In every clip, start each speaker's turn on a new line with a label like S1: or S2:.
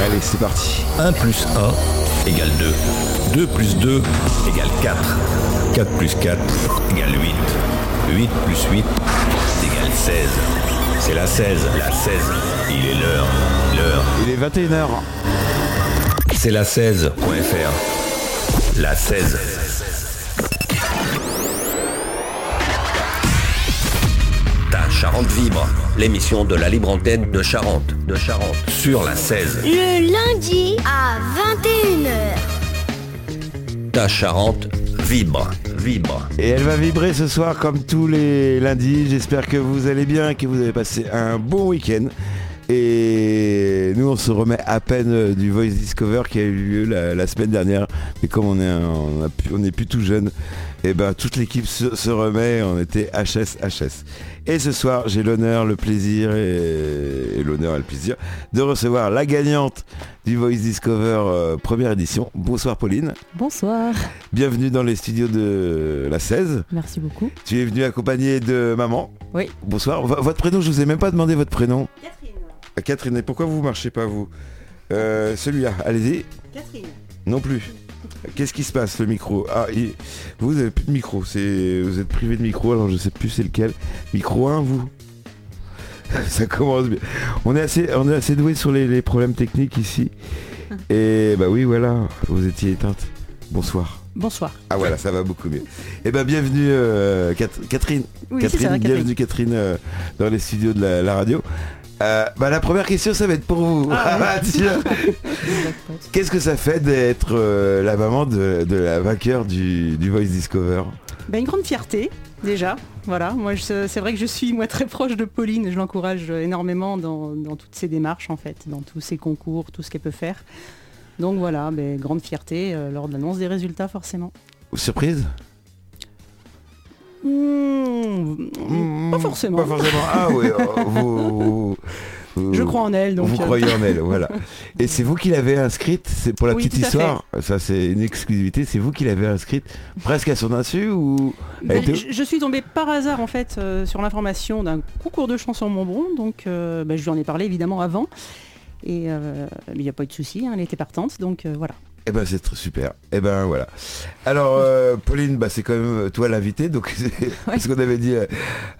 S1: Allez, c'est parti.
S2: 1 plus 1 égale 2. 2 plus 2 égale 4. 4 plus 4 égale 8. 8 plus 8 égale 16. C'est la 16, la 16. Il est l'heure, l'heure.
S1: Il est 21h.
S2: C'est la 16.fr. La 16. Ta Charente vibre, l'émission de la libre antenne de Charente, de Charente, sur la 16.
S3: Le lundi à 21h.
S2: Ta Charente vibre, vibre.
S1: Et elle va vibrer ce soir comme tous les lundis. J'espère que vous allez bien, que vous avez passé un bon week-end. Et nous, on se remet à peine du Voice Discover qui a eu lieu la, la semaine dernière. Mais comme on est, on a pu- on n'est plus tout jeune, et ben toute l'équipe se, se remet. On était HS HS. Et ce soir, j'ai l'honneur, le plaisir et, et l'honneur et le plaisir de recevoir la gagnante du Voice Discover euh, première édition. Bonsoir Pauline.
S4: Bonsoir,
S1: Bienvenue dans les studios de la 16.
S4: merci beaucoup.
S1: Tu es venu accompagné de maman.
S4: Oui.
S1: Bonsoir. V- votre prénom, je vous ai même pas demandé votre prénom. Catherine. Catherine, et pourquoi vous marchez pas vous Euh, Celui-là, allez-y. Catherine. Non plus. Qu'est-ce qui se passe le micro Ah, il- vous avez plus de micro. C'est vous êtes privé de micro. Alors je sais plus c'est lequel. Micro 1 vous. Ça commence bien. On est assez, on est assez doué sur les, les problèmes techniques ici. Et bah oui, voilà. Vous étiez éteinte. Bonsoir.
S4: Bonsoir.
S1: Ah voilà, ça va beaucoup mieux. Eh ben bienvenue euh, Cat- Catherine.
S4: Oui,
S1: Catherine,
S4: c'est ça, Catherine.
S1: bienvenue Catherine euh, dans les studios de la, la radio. Euh, bah, la première question, ça va être pour vous. Ah, tiens.
S4: Jackpot.
S1: Qu'est-ce que ça fait d'être euh, la maman de, de la vainqueur du, du Voice Discover
S5: Bah, une grande fierté déjà. Voilà, moi je- c'est vrai que je suis moi très proche de Pauline, je l'encourage énormément dans, dans toutes ses démarches en fait, dans tous ses concours, tout ce qu'elle peut faire. Donc voilà, ben, grande fierté euh, lors de l'annonce des résultats forcément.
S1: Surprise
S5: Mmh, pas forcément.
S1: Pas forcément. Ah oui, euh, vous, vous-
S5: Je crois en elle donc.
S1: vous
S5: euh,
S1: croyez en elle, voilà. Et c'est vous qui l'avez inscrite, c'est pour la
S5: Oui,
S1: petite
S5: tout à fait.
S1: histoire, ça c'est une exclusivité, c'est vous qui l'avez inscrite presque à son insu ou
S5: ben,
S1: était-
S5: je, je suis tombée par hasard en fait euh, sur l'information d'un concours de chansons Montbron, donc euh, ben, je lui en ai parlé évidemment avant. Et euh, mais il n'y a pas eu de souci, hein, elle était partante, donc euh, voilà.
S1: Eh ben c'est tr- super. Eh ben voilà. Alors euh, Pauline, bah, c'est quand même euh, toi l'invitée, donc c'est- parce qu'on avait dit euh,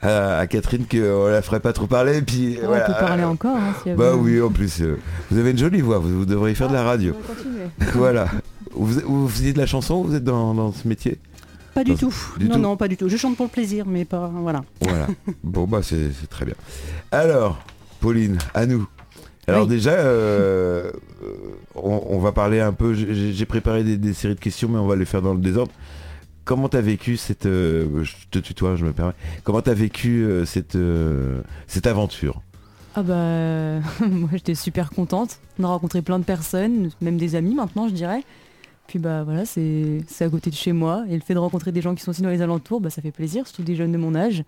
S1: à, à Catherine qu'on la ferait pas trop parler, puis
S4: On
S1: voilà.
S4: peut parler
S1: euh,
S4: encore. hein, si elle
S1: Bah
S4: veut.
S1: oui, en plus, euh, vous avez une jolie voix, vous, vous devriez faire de la radio.
S4: On va continuer.
S1: voilà. Vous, vous faisiez de la chanson, vous êtes dans, dans ce métier
S5: Pas du
S1: Dans-
S5: tout.
S1: du
S5: non,
S1: tout.
S5: non, pas du tout. Je chante pour le plaisir, mais pas. Voilà.
S1: Voilà. bon bah c'est c'est très bien. Alors, Pauline, à nous. Alors
S4: Oui.
S1: déjà, euh, euh, on, on va parler un peu, j'ai j'ai préparé des, des séries de questions, mais on va les faire dans le désordre. Comment t'as vécu cette... euh, je te tutoie, je me permets. Comment t'as vécu euh, cette, euh, cette aventure
S4: Ah bah, moi j'étais super contente. On a rencontré plein de personnes, même des amis maintenant, je dirais. Puis bah voilà, c'est c'est à côté de chez moi. Et le fait de rencontrer des gens qui sont aussi dans les alentours, bah ça fait plaisir, surtout des jeunes de mon âge.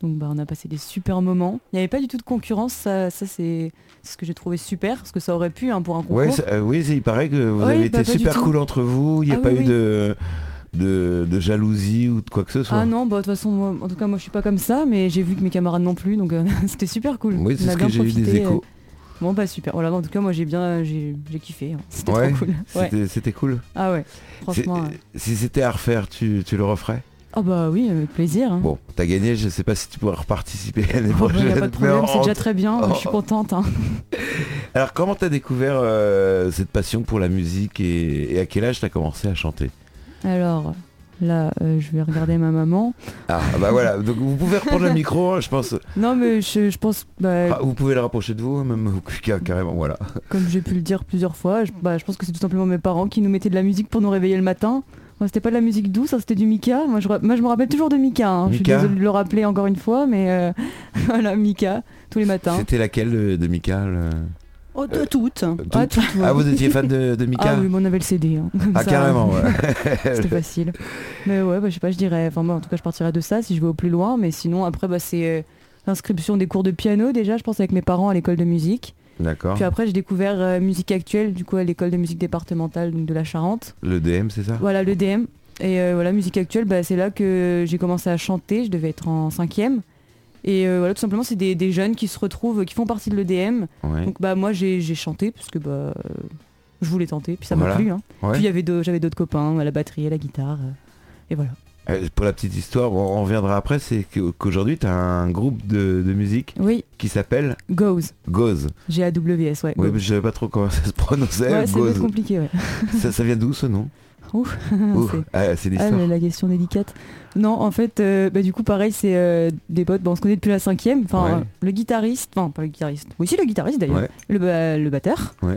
S4: Donc bah on a passé des super moments. Il n'y avait pas du tout de concurrence, ça, ça, c'est c'est ce que j'ai trouvé super, parce que ça aurait pu hein, pour un concours.
S1: Ouais, ça- euh, Oui, c'est- il paraît que vous
S4: Oui,
S1: avez
S4: bah,
S1: été
S4: pas du
S1: super
S4: tout.
S1: cool entre vous, il n'y a
S4: Ah
S1: pas
S4: oui,
S1: eu
S4: oui.
S1: de, de, de jalousie ou de quoi que ce soit.
S4: Ah non, bah de toute façon, moi, en tout cas, moi je suis pas comme ça, mais j'ai vu que mes camarades non plus, donc euh, c'était super cool.
S1: Oui,
S4: On
S1: c'est
S4: a
S1: ce
S4: bien
S1: que j'ai eu des
S4: profité, euh,
S1: échos.
S4: Bon bah super. Voilà, en tout cas, moi j'ai bien, j'ai j'ai kiffé. hein. C'était
S1: Ouais,
S4: trop cool. Ouais.
S1: C'était- C'était cool.
S4: Ah ouais.
S1: C'est-
S4: Franchement. euh,
S1: Si c'était à refaire, tu, tu le referais
S4: Ah bah oui, avec plaisir. hein.
S1: Bon, t'as gagné, je sais pas si tu pourras reparticiper l'année
S4: Ah bah,
S1: prochaine.
S4: y a pas de
S1: mais
S4: problème,
S1: on-
S4: c'est déjà très bien.
S1: Oh.
S4: Je suis contente. hein.
S1: Alors comment t'as découvert euh, cette passion pour la musique et, et à quel âge t'as commencé à chanter
S4: Alors là, euh, je vais regarder ma maman.
S1: Ah bah voilà, donc vous pouvez reprendre le micro, hein, je pense.
S4: Non mais je, je pense, bah,
S1: Ah, vous pouvez le rapprocher de vous, même au cuca, carrément, voilà.
S4: comme j'ai pu le dire plusieurs fois, je, bah, je pense que c'est tout simplement mes parents qui nous mettaient de la musique pour nous réveiller le matin. Moi, c'était pas de la musique douce, hein, c'était du Mika. Moi je, ra- moi, je me rappelle toujours de Mika. hein. Je suis
S1: Mika.
S4: désolée de le rappeler encore une fois, mais euh, voilà, Mika, tous les matins.
S1: C'était laquelle de, de Mika le-
S5: Oh, t- toutes.
S4: Ah, tout, ouais.
S1: Ah vous étiez fan de, de Mika
S4: Ah oui, mais on avait le CD. hein. Comme
S1: Ah,
S4: ça,
S1: carrément, ouais.
S4: C'était facile. Mais ouais, bah, je sais pas, je dirais. Enfin, moi, en tout cas, je partirais de ça si je vais au plus loin. Mais sinon, après, bah, c'est euh, l'inscription des cours de piano, déjà, je pense, avec mes parents à l'école de musique.
S1: D'accord.
S4: Puis après, j'ai découvert euh, musique actuelle, du coup, à l'école de musique départementale donc de la Charente.
S1: Le DM, c'est ça
S4: Voilà, le DM. Et euh, voilà, musique actuelle, bah, c'est là que j'ai commencé à chanter. Je devais être en cinquième. Et euh, voilà, tout simplement, c'est des, des jeunes qui se retrouvent, qui font partie de l'EDM.
S1: Ouais.
S4: Donc bah moi j'ai j'ai chanté parce que bah euh, je voulais tenter, puis ça m'a
S1: Voilà.
S4: plu. hein.
S1: Ouais.
S4: Puis il y avait d'autres- j'avais d'autres copains à la batterie, à la guitare, euh, et voilà.
S1: Euh, Pour la petite histoire, on on reviendra après, c'est que- qu'aujourd'hui, tu as un groupe de, de musique
S4: Oui,
S1: qui s'appelle
S4: Goes,
S1: Goz.
S4: G A W S, ouais.
S1: Oui,
S4: Goes.
S1: mais je savais pas trop comment ça se prononçait.
S4: Ouais, c'est un peu
S1: Goz.
S4: compliqué, ouais.
S1: Ça, ça vient d'où ce nom
S4: Ouf.
S1: Ouf.
S4: C'est-
S1: Ah, C'est
S4: Ah,
S1: l'histoire.
S4: mais la question délicate. Non, en fait, euh, bah, du coup, pareil, c'est euh, des potes. Bon, on se connaît depuis la cinquième. Enfin,
S1: Ouais.
S4: euh, le guitariste, enfin, pas le guitariste. Oui, si, le guitariste d'ailleurs.
S1: Ouais.
S4: Le, ba- le batteur.
S1: Ouais.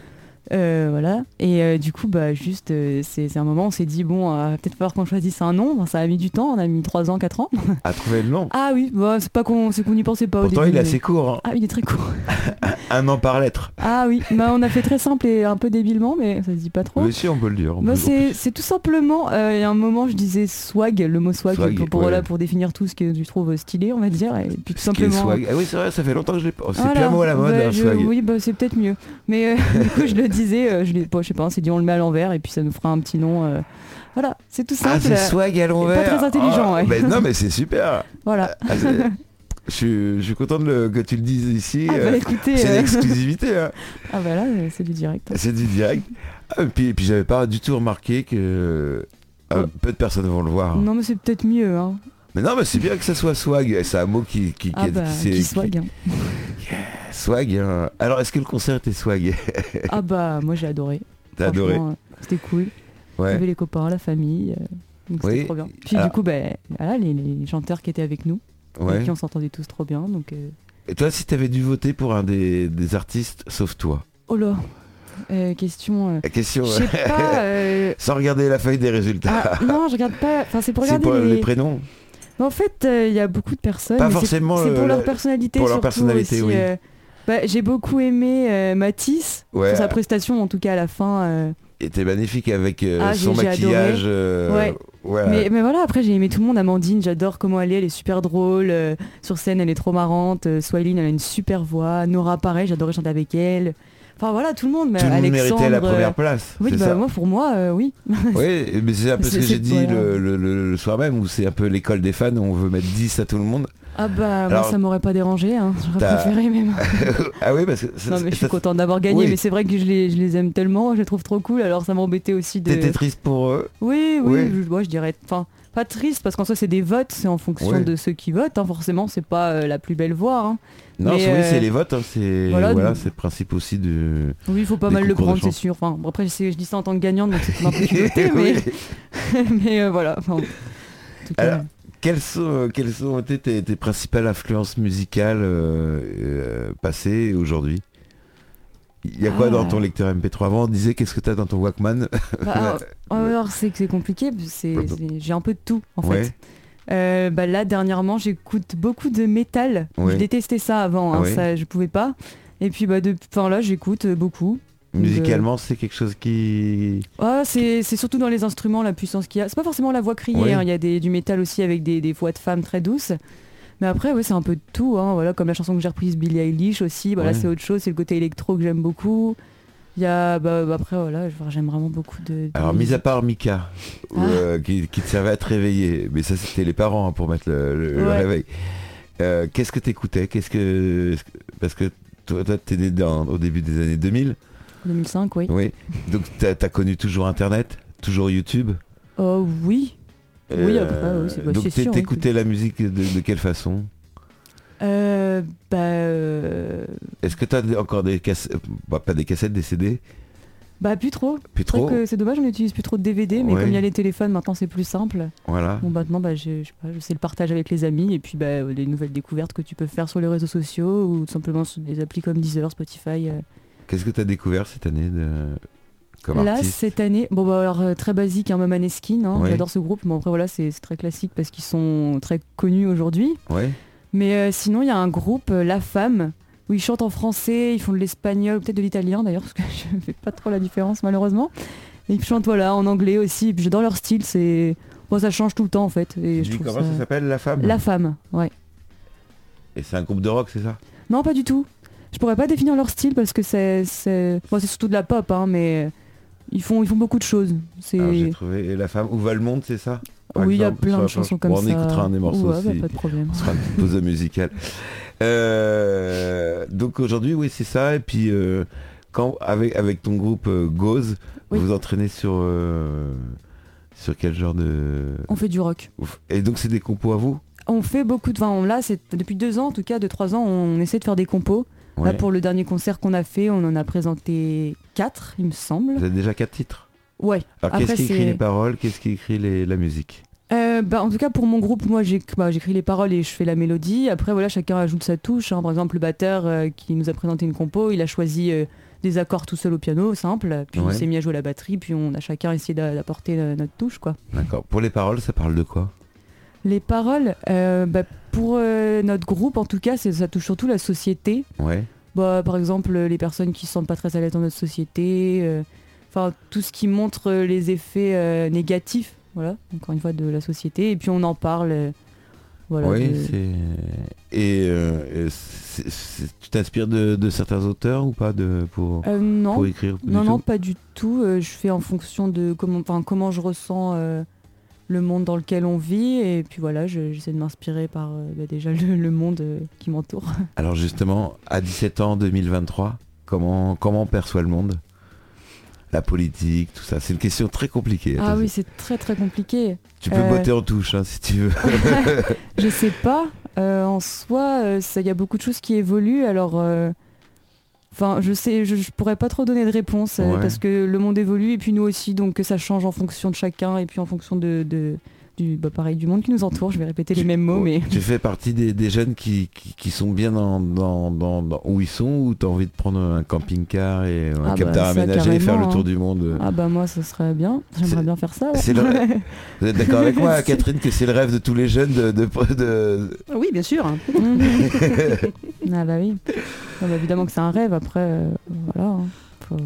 S4: Euh, voilà. Et euh, du coup, bah, juste, euh, c'est c'est un moment, où on s'est dit, bon, euh, peut-être falloir qu'on choisisse un nom. Enfin, ça a mis du temps, on a mis 3 ans, 4 ans.
S1: À trouver le nom.
S4: Ah oui, bah, c'est pas qu'on c'est qu'on n'y pensait pas au
S1: Pourtant,
S4: début.
S1: il est
S4: mais-
S1: assez court. hein.
S4: Ah, il est très court.
S1: Un an par lettre.
S4: Ah oui, bah, on a fait très simple et un peu débilement, mais ça se dit pas trop.
S1: Mais si, on peut le dire. on
S4: Bah,
S1: peut-
S4: c'est c'est tout simplement, euh, il y a un moment je disais swag, le mot swag,
S1: Swag,
S4: pour, pour,
S1: ouais.
S4: voilà, pour définir tout ce que tu trouves stylé, on va dire, et puis tout
S1: Ce qui est
S4: simplement... euh, hein.
S1: swag. Ah oui, c'est vrai, ça fait longtemps que je l'ai pas. Oh, C'est
S4: Voilà.
S1: plus un mot à la mode,
S4: Bah,
S1: hein,
S4: je-
S1: swag.
S4: Oui, bah, c'est peut-être mieux. Mais euh, du coup, je le disais, euh, je, l'ai- bon, je sais pas, on s'est dit on le met à l'envers et puis ça nous fera un petit nom. euh, voilà, c'est tout simple.
S1: Ah, c'est
S4: euh,
S1: swag à l'envers.
S4: très intelligent,
S1: Ah,
S4: ouais.
S1: bah, non, mais c'est super.
S4: euh, Voilà.
S1: Ah, c'est- je, suis, je suis content de le- que tu le dises ici.
S4: Ah, bah,
S1: euh,
S4: écoutez,
S1: c'est
S4: euh,
S1: l'exclusivité. hein.
S4: ah, bah, là, euh, c'est du direct.
S1: C'est du direct. Ah, et puis, et puis j'avais pas du tout remarqué que euh, peu de personnes vont le voir.
S4: Non, mais c'est peut-être mieux. Hein.
S1: Mais non, mais c'est bien que ça soit swag. C'est un mot qui, qui, qui,
S4: Ah
S1: est-
S4: bah,
S1: qui s'est-
S4: qui swag. hein.
S1: qui- swag. hein. Alors, est-ce que le concert était swag
S4: Ah bah, moi j'ai adoré.
S1: T'as adoré
S4: Franchement, euh, C'était cool. Il y
S1: Ouais.
S4: avait les copains, la famille. euh, donc
S1: Oui.
S4: c'était trop bien. Puis
S1: Ah.
S4: du coup, bah, voilà, les, les chanteurs qui étaient avec nous, avec
S1: ouais.
S4: qui on s'entendait tous trop bien. Donc, euh,
S1: Et toi, si t'avais dû voter pour un des, des artistes, sauf toi
S4: oh là, euh, question. euh,
S1: La question.
S4: Je sais pas. euh,
S1: Sans regarder la feuille des résultats.
S4: ah, non, je regarde pas. Enfin, c'est pour
S1: c'est
S4: regarder
S1: pour
S4: les.
S1: les prénoms
S4: Mais en fait, euh, il y a beaucoup de personnes.
S1: Pas
S4: mais c'est-
S1: forcément,
S4: C'est pour
S1: euh,
S4: leur
S1: la-
S4: personnalité.
S1: pour leur
S4: surtout
S1: personnalité, oui.
S4: aussi, euh, bah, J'ai beaucoup aimé euh, Matisse
S1: Ouais.
S4: pour sa prestation, en tout cas à la fin. euh,
S1: Il était magnifique avec euh,
S4: Ah, j'ai-
S1: son
S4: j'ai
S1: maquillage.
S4: adoré.
S1: euh,
S4: Ouais.
S1: voilà.
S4: Mais, mais voilà, après j'ai aimé tout le monde. Amandine, j'adore comment elle est, elle est super drôle. euh, sur scène, elle est trop marrante. Euh, Swaline, elle a une super voix. Nora, pareil, j'adorais chanter avec elle. Enfin voilà, tout le monde. Mais
S1: Tout le monde
S4: Alexandre,
S1: méritait la
S4: euh,
S1: première place.
S4: Oui,
S1: c'est
S4: bah,
S1: ça.
S4: moi, pour moi, euh, oui.
S1: Oui, mais c'est un peu ce
S4: C'est-
S1: que j'ai
S4: c'est-
S1: dit
S4: voilà.
S1: le, le- le- le soir même, où c'est un peu l'école des fans, où on veut mettre 10 à tout le monde.
S4: Ah bah,
S1: Alors,
S4: moi, ça m'aurait pas dérangé. hein. J'aurais
S1: t'as-
S4: préféré même.
S1: ah oui, parce que ça-
S4: Non, mais je suis
S1: ça-
S4: contente d'avoir gagné.
S1: Oui.
S4: Mais c'est vrai que je les, je les aime tellement, je les trouve trop cool. Alors ça m'embêtait aussi de.
S1: t'étais triste pour eux.
S4: Oui, oui,
S1: Oui.
S4: Je, moi, je dirais. Enfin, pas triste parce qu'en soi c'est des votes, c'est en fonction
S1: Oui.
S4: de ceux qui votent. hein. Forcément, c'est pas euh, la plus belle voix. hein.
S1: Non,
S4: Mais,
S1: c'est- oui,
S4: euh,
S1: c'est les votes, hein, c'est voilà,
S4: voilà, donc-
S1: c'est le principe aussi du.
S4: Oui, il faut pas
S1: Des
S4: mal le
S1: concours de
S4: prendre, c'est
S1: chant.
S4: sûr. Enfin, bon, après, c'est- je dis ça en tant que gagnante, donc c'est un peu culotté, mais,
S1: Oui.
S4: mais euh, voilà. Enfin, en tout cas,
S1: Alors, Quelles sont, euh, quelles ont été tes, tes principales influences musicales euh, euh, passées et aujourd'hui Il y a quoi
S4: Ah.
S1: dans ton lecteur MP3 Avant, on disait qu'est-ce que t'as dans ton Walkman
S4: bah,
S1: euh,
S4: alors, alors, c'est que c'est compliqué, parce que c'est- c'est- j'ai un peu de tout, en
S1: Ouais.
S4: fait. Euh, bah, là, dernièrement, j'écoute beaucoup de métal.
S1: Ouais.
S4: Je détestais ça avant, hein,
S1: Ah ouais.
S4: ça, je pouvais pas. Et puis, bah, de, enfin, là, j'écoute euh, beaucoup.
S1: Musicalement, c'est quelque chose qui.
S4: Ah, c'est c'est surtout dans les instruments la puissance qu'il y a. C'est pas forcément la voix criée, hein.
S1: Oui.
S4: il y a des, du métal aussi avec des, des voix de femmes très douces. Mais après, ouais, c'est un peu de tout. hein. Voilà, comme la chanson que j'ai reprise, Billie Eilish aussi, bah, là,
S1: Ouais.
S4: c'est autre chose, c'est le côté électro que j'aime beaucoup. Il y a, bah, bah, après, voilà, je- j'aime vraiment beaucoup de. de
S1: Alors, mis à part Mika,
S4: Ah.
S1: euh, qui, qui te servait à te réveiller, mais ça c'était les parents hein, pour mettre le, le- le
S4: Ouais.
S1: réveil. Euh, Qu'est-ce que t'écoutais Qu'est-ce que parce que toi, toi, t'es né dans- au début des années 2000,
S4: 2005, oui.
S1: oui. Donc t'as as connu toujours Internet, toujours YouTube. Euh,
S4: Oh oui. Oui, à peu près, oui, c'est- bah,
S1: donc
S4: c'est
S1: t'é-
S4: sûr, oui.
S1: t'écoutais la musique de, de quelle façon
S4: Euh, bah, euh,
S1: Est-ce que t'as des- encore des cassettes, bah, pas des cassettes, des CD,
S4: bah, plus trop.
S1: plus
S4: C'est
S1: trop
S4: vrai que c'est dommage, on n'utilise plus trop de DVD, mais
S1: Ouais.
S4: comme il y a les téléphones, maintenant c'est plus simple.
S1: Voilà.
S4: Bon, maintenant, bah, je, je sais pas, je sais le partage avec les amis et puis bah, les nouvelles découvertes que tu peux faire sur les réseaux sociaux ou tout simplement sur des applis comme Deezer, Spotify. euh.
S1: Qu'est-ce que t'as découvert cette année de... comme
S4: Là,
S1: artiste
S4: cette année, bon, bah, alors euh, très basique, hein, Maneskin, hein,
S1: Ouais.
S4: j'adore ce groupe, mais après, voilà, c'est c'est très classique parce qu'ils sont très connus aujourd'hui.
S1: Ouais.
S4: Mais euh, sinon, il y a un groupe, euh, La Femme, où ils chantent en français, ils font de l'espagnol, peut-être de l'italien d'ailleurs, parce que je ne fais pas trop la différence malheureusement. Et ils chantent voilà, en anglais aussi, et puis j'adore leur style, c'est. Bon, ça change tout le temps en fait. Et
S1: Tu dis
S4: je trouve
S1: comment ça
S4: ça-
S1: s'appelle la femme
S4: La Femme, ouais.
S1: Et c'est un groupe de rock, c'est ça
S4: Non, pas du tout. Je pourrais pas définir leur style parce que c'est c'est bon, c'est surtout de la pop, hein, mais ils font ils font beaucoup de choses. C'est
S1: Ah, Alors, J'ai trouvé et la femme ou Valmont, c'est ça par
S4: oui, il y a
S1: exemple, sur
S4: plein
S1: la
S4: de
S1: planche.
S4: chansons comme
S1: Bon,
S4: ça.
S1: On écoutera un des morceaux
S4: Ouais,
S1: aussi.
S4: bah, pas de problème.
S1: On se fera une petite pause musicale. Euh, donc aujourd'hui, oui, c'est ça. Et puis, euh, quand, avec, avec ton groupe euh, Gauze,
S4: Oui.
S1: vous vous entraînez sur, euh, sur quel genre de...
S4: On fait du rock.
S1: Ouf. Et donc c'est des compos à vous
S4: On fait beaucoup de. Enfin, on- là, c'est depuis deux ans, en tout cas, de trois ans, on essaie de faire des compos. Là,
S1: Ouais.
S4: Bah, pour le dernier concert qu'on a fait, on en a présenté quatre, il me semble.
S1: Vous avez déjà quatre titres
S4: Ouais.
S1: Alors
S4: Après,
S1: qu'est-ce qui écrit
S4: c'est-
S1: les paroles Qu'est-ce qui écrit les- la musique
S4: Euh, bah, en tout cas, pour mon groupe, moi, j'éc- bah, j'écris les paroles et je fais la mélodie. Après, voilà, chacun ajoute sa touche. hein. Par exemple, le batteur euh, qui nous a présenté une compo, il a choisi euh, des accords tout seul au piano, simple. Puis
S1: Ouais.
S4: il s'est mis à jouer à la batterie. Puis on a chacun essayé d'a- d'apporter euh, notre touche, quoi.
S1: D'accord. Pour les paroles, ça parle de quoi
S4: Les paroles, euh, bah, pour euh, notre groupe, en tout cas, c'est- ça touche surtout la société.
S1: Ouais.
S4: bah, par exemple euh, les personnes qui se sentent pas très à l'aise dans notre société, euh, enfin tout ce qui montre euh, les effets euh, négatifs, voilà, encore une fois de la société, et puis on en parle. euh, voilà,
S1: oui,
S4: de-
S1: c'est... Et euh, et c'est- c'est- tu t'inspires de, de certains auteurs ou pas de, pour,
S4: Euh, non,
S1: pour écrire du
S4: non, non,
S1: tout
S4: pas du tout. euh, je fais en fonction de comment, enfin, comment je ressens euh, le monde dans lequel on vit, et puis voilà, je- j'essaie de m'inspirer par euh, bah, déjà le, le monde euh, qui m'entoure.
S1: Alors justement, à 17 ans 2023, comment, comment on perçoit le monde La politique, tout ça. C'est une question très compliquée.
S4: Ah
S1: attention.
S4: oui, c'est très très compliqué.
S1: tu peux
S4: euh,
S1: botter en touche hein, si tu veux.
S4: Je sais pas. Euh, en soi, euh, ça- il y a beaucoup de choses qui évoluent. Alors, euh, enfin, je sais, je, je pourrais pas trop donner de réponse euh,
S1: Ouais.
S4: parce que le monde évolue et puis nous aussi, donc que ça change en fonction de chacun et puis en fonction de, de- du, bah, pareil, du monde qui nous entoure. Je vais répéter les
S1: Tu-
S4: mêmes mots,
S1: ouais,
S4: mais
S1: Tu fais partie des, des jeunes qui, qui, qui sont bien dans, dans, dans- dans- où ils sont ou t'as envie de prendre un camping-car et un
S4: Ah bah,
S1: capteur
S4: ça,
S1: aménagé et faire le
S4: carrément,
S1: tour
S4: hein.
S1: du monde
S4: ah bah moi, ce serait bien.
S1: C'est-
S4: J'aimerais bien faire ça. ouais.
S1: c'est le- Vous êtes d'accord avec moi,
S4: C'est-
S1: Catherine, que c'est le rêve de tous les jeunes de, de, de-
S5: Oui, bien sûr.
S4: Mhm. ah bah oui. Non, bah, évidemment que c'est un rêve. Après, euh, voilà. hein. Faut-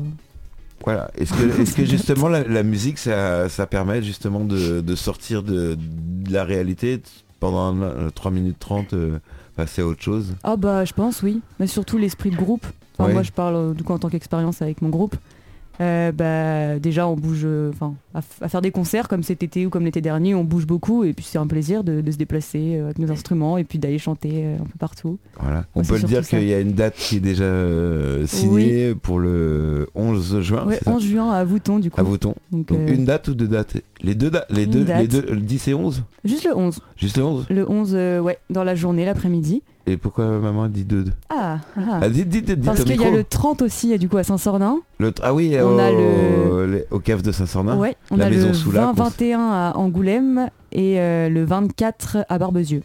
S1: Voilà. Est-ce que, est-ce que justement la, la musique, ça, ça permet justement de, de sortir de, de la réalité pendant euh, 3 minutes 30, euh, passer à autre chose
S4: Ah bah je pense oui, mais surtout l'esprit de groupe. Enfin,
S1: Oui.
S4: Moi je parle euh, du coup en tant qu'expérience avec mon groupe. Euh, bah, déjà on bouge, euh, enfin à, f- à faire des concerts comme cet été ou comme l'été dernier, on bouge beaucoup et puis c'est un plaisir de, de se déplacer euh, avec nos instruments et puis d'aller chanter euh, un peu partout.
S1: Voilà. On
S4: Ouais,
S1: peut
S4: c'est
S1: le dire
S4: surtout ça.
S1: qu'il y a une date qui est déjà euh, signée pour le 11 juin,
S4: ouais,
S1: Ah, c'est ça
S4: 11 juin à Vouton du coup.
S1: à Vauton.
S4: Donc,
S1: Donc
S4: euh,
S1: une date ou deux dates Les deux, da- les
S4: Une
S1: deux, les
S4: date.
S1: deux, le 10 et 11
S4: Juste le 11.
S1: Juste le 11
S4: Le 11, euh, ouais, dans la journée, l'après-midi.
S1: Et pourquoi maman dit 2
S4: Ah, ah, ah.
S1: Ah, dites, dites, dites, dites
S4: Parce
S1: au
S4: qu'il y
S1: micro.
S4: a le 30 aussi, et du coup à Saint-Sornin.
S1: Le tr- Ah oui,
S4: On
S1: au,
S4: a
S1: les- au cave de Saint-Sornin.
S4: ouais, on
S1: Ah, la
S4: a
S1: maison
S4: le
S1: sous la
S4: 20,
S1: cons-
S4: 21 à Angoulême et euh, le 24 à Barbezieux.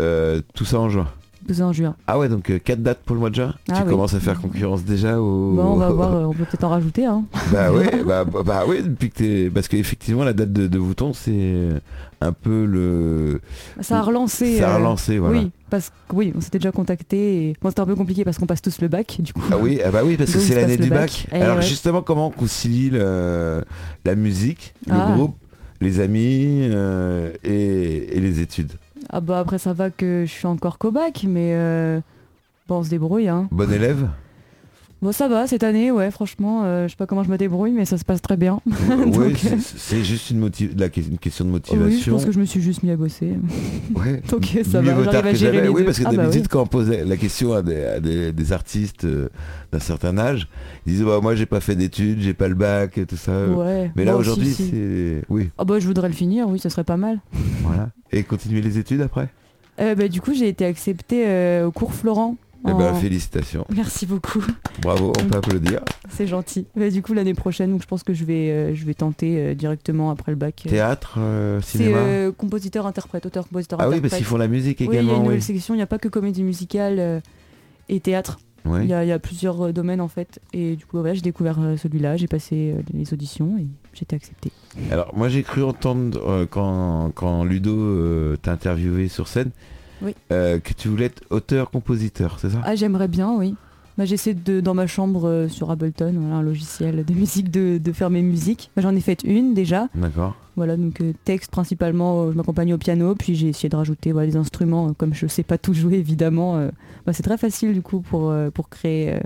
S1: Euh, tout ça en juin.
S4: 12 en juin.
S1: Ah ouais, donc 4 dates pour le mois de juin
S4: Ah
S1: Tu
S4: oui.
S1: commences à faire concurrence déjà au...
S4: Bon, on va voir, euh, on peut peut-être en rajouter. Hein.
S1: bah ouais, bah, bah, bah ouais, depuis que t'es... Parce qu'effectivement, la date de, de Vouton, c'est euh, un peu le...
S4: Ça a relancé.
S1: Ça a
S4: euh,
S1: relancé, voilà.
S4: Oui, parce que oui, on s'était déjà contacté. Et... Bon, c'était un peu compliqué parce qu'on passe tous le bac, du coup.
S1: Ah oui, ah bah oui, parce que
S4: Donc,
S1: c'est
S4: il se
S1: l'année
S4: passe le
S1: du bac.
S4: bac. Eh
S1: Alors
S4: ouais.
S1: justement, comment on concilie le- la musique, le
S4: Ah.
S1: groupe, les amis euh, et, et les études
S4: Ah bah après ça va que je suis encore qu'au bac, mais euh, bon, on se débrouille. Hein.
S1: Bon élève
S4: Bon, ça va cette année, ouais. Franchement, euh, je sais pas comment je me débrouille, mais ça se passe très bien.
S1: Oui,
S4: Donc, euh,
S1: c'est- c'est juste une, motiv- la que- une question de
S4: oui, je
S1: motivation.
S4: pense que je me suis juste mis à bosser.
S1: Ouais.
S4: Donc ça
S1: ben, Mieux
S4: va,
S1: vaut tard
S4: j'arrive à
S1: que
S4: gérer
S1: jamais.
S4: les
S1: Oui,
S4: deux.
S1: parce que
S4: Ah bah
S1: d'habitude,
S4: oui.
S1: quand on pose la question à des, à des- des artistes euh, d'un certain âge, ils disent bah, moi j'ai pas fait d'études, j'ai pas le bac, et tout ça.
S4: Ouais.
S1: euh, Mais là
S4: Bon, si,
S1: aujourd'hui,
S4: si.
S1: c'est oui,
S4: Ah bah je voudrais le finir, oui, ce serait pas mal.
S1: voilà. Et continuer les études après.
S4: Euh, bah, du coup, j'ai été acceptée euh, au cours Florent.
S1: Eh ben
S4: en-
S1: félicitations,
S4: Merci beaucoup.
S1: bravo, on peut applaudir.
S4: C'est gentil. Mais du coup, l'année prochaine, donc, je pense que je vais, euh, je vais tenter euh, directement après le bac. euh.
S1: Théâtre, euh,
S4: C'est
S1: cinéma.
S4: euh, compositeur, interprète, auteur, compositeur,
S1: Ah oui,
S4: interprète.
S1: parce qu'ils font la musique
S4: Oui, il y a
S1: également.
S4: une
S1: Oui,
S4: nouvelle section. Il n'y a pas que comédie musicale euh, et théâtre.
S1: Oui.
S4: Il y, a, il y a plusieurs euh, domaines en fait. Et du coup, voilà, j'ai découvert euh, celui-là. J'ai passé euh, les auditions et j'ai été acceptée.
S1: Alors moi j'ai cru entendre euh, quand, quand Ludo euh, t'a interviewé sur scène
S4: Oui.
S1: euh, que tu voulais être auteur-compositeur, c'est ça
S4: Ah, j'aimerais bien, oui. Bah, J'essaie de, dans ma chambre euh, sur Ableton, voilà, un logiciel de musique, de, de faire mes musiques. Bah, J'en ai fait une déjà.
S1: D'accord.
S4: Voilà, donc euh, texte principalement, euh, je m'accompagne au piano, puis j'ai essayé de rajouter voilà, des instruments, euh, comme je sais pas tout jouer évidemment. euh, bah, c'est très facile du coup pour, euh, pour créer euh,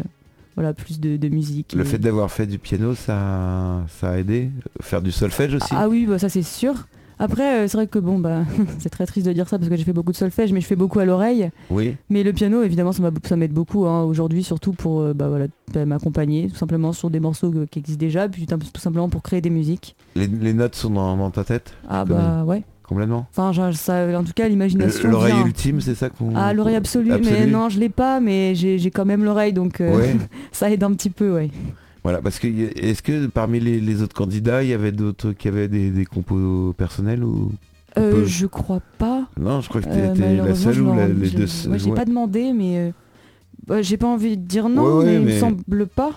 S4: voilà, plus de, de musique.
S1: Le
S4: Et-
S1: fait d'avoir fait du piano, ça, ça a aidé Faire du solfège aussi
S4: Ah oui, bah, ça c'est sûr. Après, euh, c'est vrai que bon, bah, c'est très triste de dire ça parce que j'ai fait beaucoup de solfège, mais je fais beaucoup à l'oreille.
S1: Oui.
S4: Mais le piano, évidemment, ça m'a- ça m'aide beaucoup hein, aujourd'hui, surtout pour euh, bah, voilà, bah, m'accompagner, tout simplement sur des morceaux que- qui existent déjà, puis tout tout simplement pour créer des musiques.
S1: Les, les notes sont dans, dans ta tête
S4: Ah
S1: Comme-
S4: bah ouais.
S1: complètement.
S4: Enfin, genre, ça, en tout cas, l'imagination.
S1: L'oreille
S4: vient.
S1: ultime, c'est ça qu'on.
S4: Ah, l'oreille absolue. Mais
S1: Mm. Absolue.
S4: non, je l'ai pas, mais j'ai j'ai quand même l'oreille, donc euh,
S1: Ouais.
S4: ça aide un petit peu, ouais.
S1: Voilà, parce que y- est-ce que parmi les, les autres candidats, il y avait d'autres qui avaient des, des compos personnels ou
S4: Euh,
S1: peut.
S4: je crois pas.
S1: non Je crois que
S4: Euh,
S1: t'étais la
S4: malheureusement,
S1: seule
S4: je
S1: ou
S4: me
S1: la-
S4: rends-
S1: les
S4: je-
S1: deux.
S4: ouais, J'ai
S1: ouais.
S4: pas demandé, mais euh, bah, j'ai pas envie de dire non,
S1: Ouais, ouais,
S4: mais, il me
S1: mais-
S4: semble pas.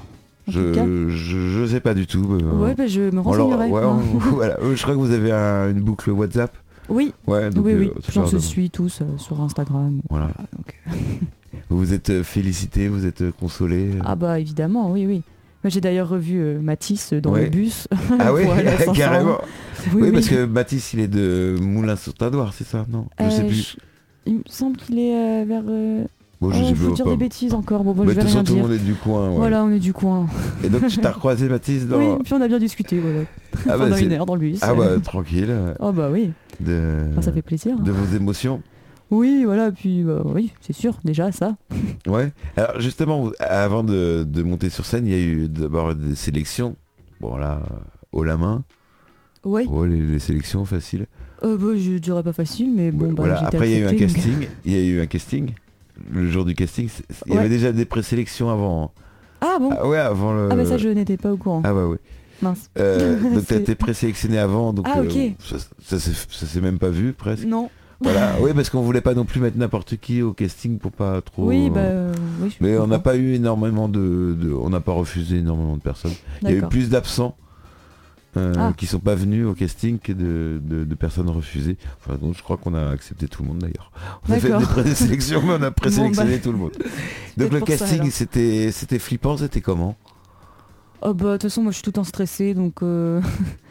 S4: En tout cas.
S1: Je, je, je sais pas du tout. mais, euh,
S4: Ouais, bah, je me
S1: on leur-
S4: renseignerai.
S1: ouais,
S4: hein.
S1: on- voilà. Euh, Je crois que vous avez un- une boucle WhatsApp.
S4: Oui,
S1: Ouais, donc,
S4: oui, oui.
S1: euh,
S4: J'en
S1: leur
S4: se
S1: demande.
S4: suis tous euh, sur Instagram.
S1: Voilà.
S4: Ah, donc. euh.
S1: Vous vous êtes euh, félicité, vous êtes euh, consolé. euh.
S4: Ah bah évidemment, oui, oui. Moi, J'ai d'ailleurs revu euh, Matisse euh, dans
S1: Ouais.
S4: le bus.
S1: Ah oui,
S4: voilà, sincèrement.
S1: carrément.
S4: oui,
S1: Oui,
S4: oui.
S1: parce que Baptiste, il est de Moulins-sur-Tadoire, c'est ça Non, je sais
S4: Euh,
S1: plus.
S4: je- Il me semble qu'il est euh, vers. euh,
S1: Bon, je
S4: oh,
S1: sais plus.
S4: faut dire
S1: pas.
S4: des bêtises encore. Bon, bon,
S1: Mais
S4: je
S1: de
S4: vais
S1: toute
S4: rien
S1: façon, tout le
S4: dire.
S1: monde est du coin. ouais.
S4: Voilà, on est du coin.
S1: Et donc, tu t'as recroisé Baptiste dans...
S4: Oui, puis on a bien discuté. Voilà.
S1: ah, bah,
S4: Pendant
S1: c'est-
S4: une heure dans le bus.
S1: Ah bah, tranquille. euh,
S4: Oh bah oui,
S1: De...
S4: Enfin, ça fait plaisir. hein.
S1: de vos émotions.
S4: Oui, voilà, puis bah, oui, c'est sûr, déjà ça.
S1: Ouais. Alors justement, vous- avant de, de monter sur scène, il y a eu d'abord des sélections. Bon là, euh, haut la main.
S4: Oui,
S1: Ouais, les, les sélections faciles.
S4: euh, bah, je dirais pas facile, mais bon,
S1: Ouais,
S4: bah,
S1: voilà.
S4: j'étais
S1: Après, il y a eu un
S4: acceptée, donc-
S1: casting. Il y a eu un casting. Le jour du casting, c'est- c'est- il y
S4: Ouais.
S1: avait déjà des présélections avant. hein.
S4: Ah bon
S1: Ah ouais, avant le.
S4: Ah bah ça, je n'étais pas au courant.
S1: Ah ouais, ouais.
S4: Mince.
S1: Euh, donc t'as
S4: C'est-
S1: été présélectionné avant, donc euh,
S4: Ah, ok.
S1: ça, ça s'est- ça s'est même pas vu presque.
S4: Non.
S1: Voilà, oui parce qu'on voulait pas non plus mettre n'importe qui au casting pour pas trop. hein.
S4: Oui, bah euh, oui. je
S1: Oh. Mais on n'a
S4: comprends.
S1: pas eu énormément de, de- on n'a pas refusé énormément de personnes. Il y a eu
S4: D'accord.
S1: plus d'absents euh,
S4: Ah.
S1: qui sont pas venus au casting que de, de- de personnes refusées. Enfin, donc je crois qu'on a accepté tout le monde d'ailleurs. On a fait
S4: D'accord.
S1: des présélections, mais on a présélectionné
S4: Bon, bah.
S1: tout le monde. Donc
S4: peut-être
S1: le
S4: pour ça,
S1: casting,
S4: alors.
S1: c'était c'était flippant, c'était comment
S4: Oh bah de toute façon, moi je suis tout le temps stressée, donc. euh,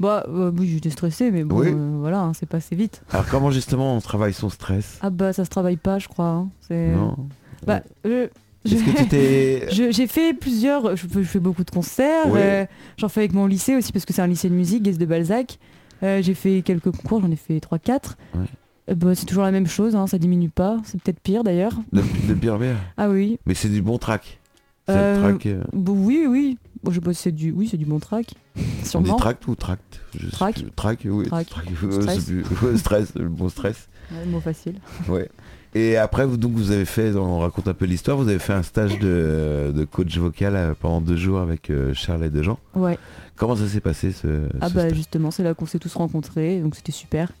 S4: bah euh, oui, j'étais stressée, mais bon,
S1: Oui.
S4: euh, voilà, hein, c'est passé vite.
S1: Alors comment justement on travaille son stress
S4: Ah bah ça se travaille pas, je crois. hein, c'est-
S1: Non. Euh,
S4: Bah, je- je-
S1: Est-ce que tu t'es
S4: Je- J'ai fait plusieurs, je, je fais beaucoup de concerts,
S1: Ouais.
S4: euh, j'en fais avec mon lycée aussi parce que c'est un lycée de musique, Guest de Balzac. Euh, j'ai fait quelques concours, j'en ai fait 3-4.
S1: Ouais.
S4: Euh, bah, c'est toujours la même chose, hein, ça diminue pas, c'est peut-être pire d'ailleurs.
S1: de, de pire mère
S4: Ah oui,
S1: Mais c'est du bon track. C'est le
S4: Euh,
S1: track, euh,
S4: Bon, oui, oui, bon, je sais pas si c'est du, oui, c'est du bon track,
S1: on dit
S4: sûrement.
S1: tract ou tract je sais
S4: Track.
S1: plus. Track, oui.
S4: Track.
S1: euh, je
S4: Stress.
S1: sais plus. Ouais, stress, le bon stress.
S4: Ouais, mot facile.
S1: Ouais. Et après, vous, donc, vous avez fait, on raconte un peu l'histoire, vous avez fait un stage de, de coach vocal euh, pendant deux jours avec euh, Charles et Dejean.
S4: Ouais.
S1: Comment ça s'est passé ce,
S4: Ah
S1: Ah, ce
S4: bah
S1: stage
S4: justement, c'est là qu'on s'est tous rencontrés, donc c'était super.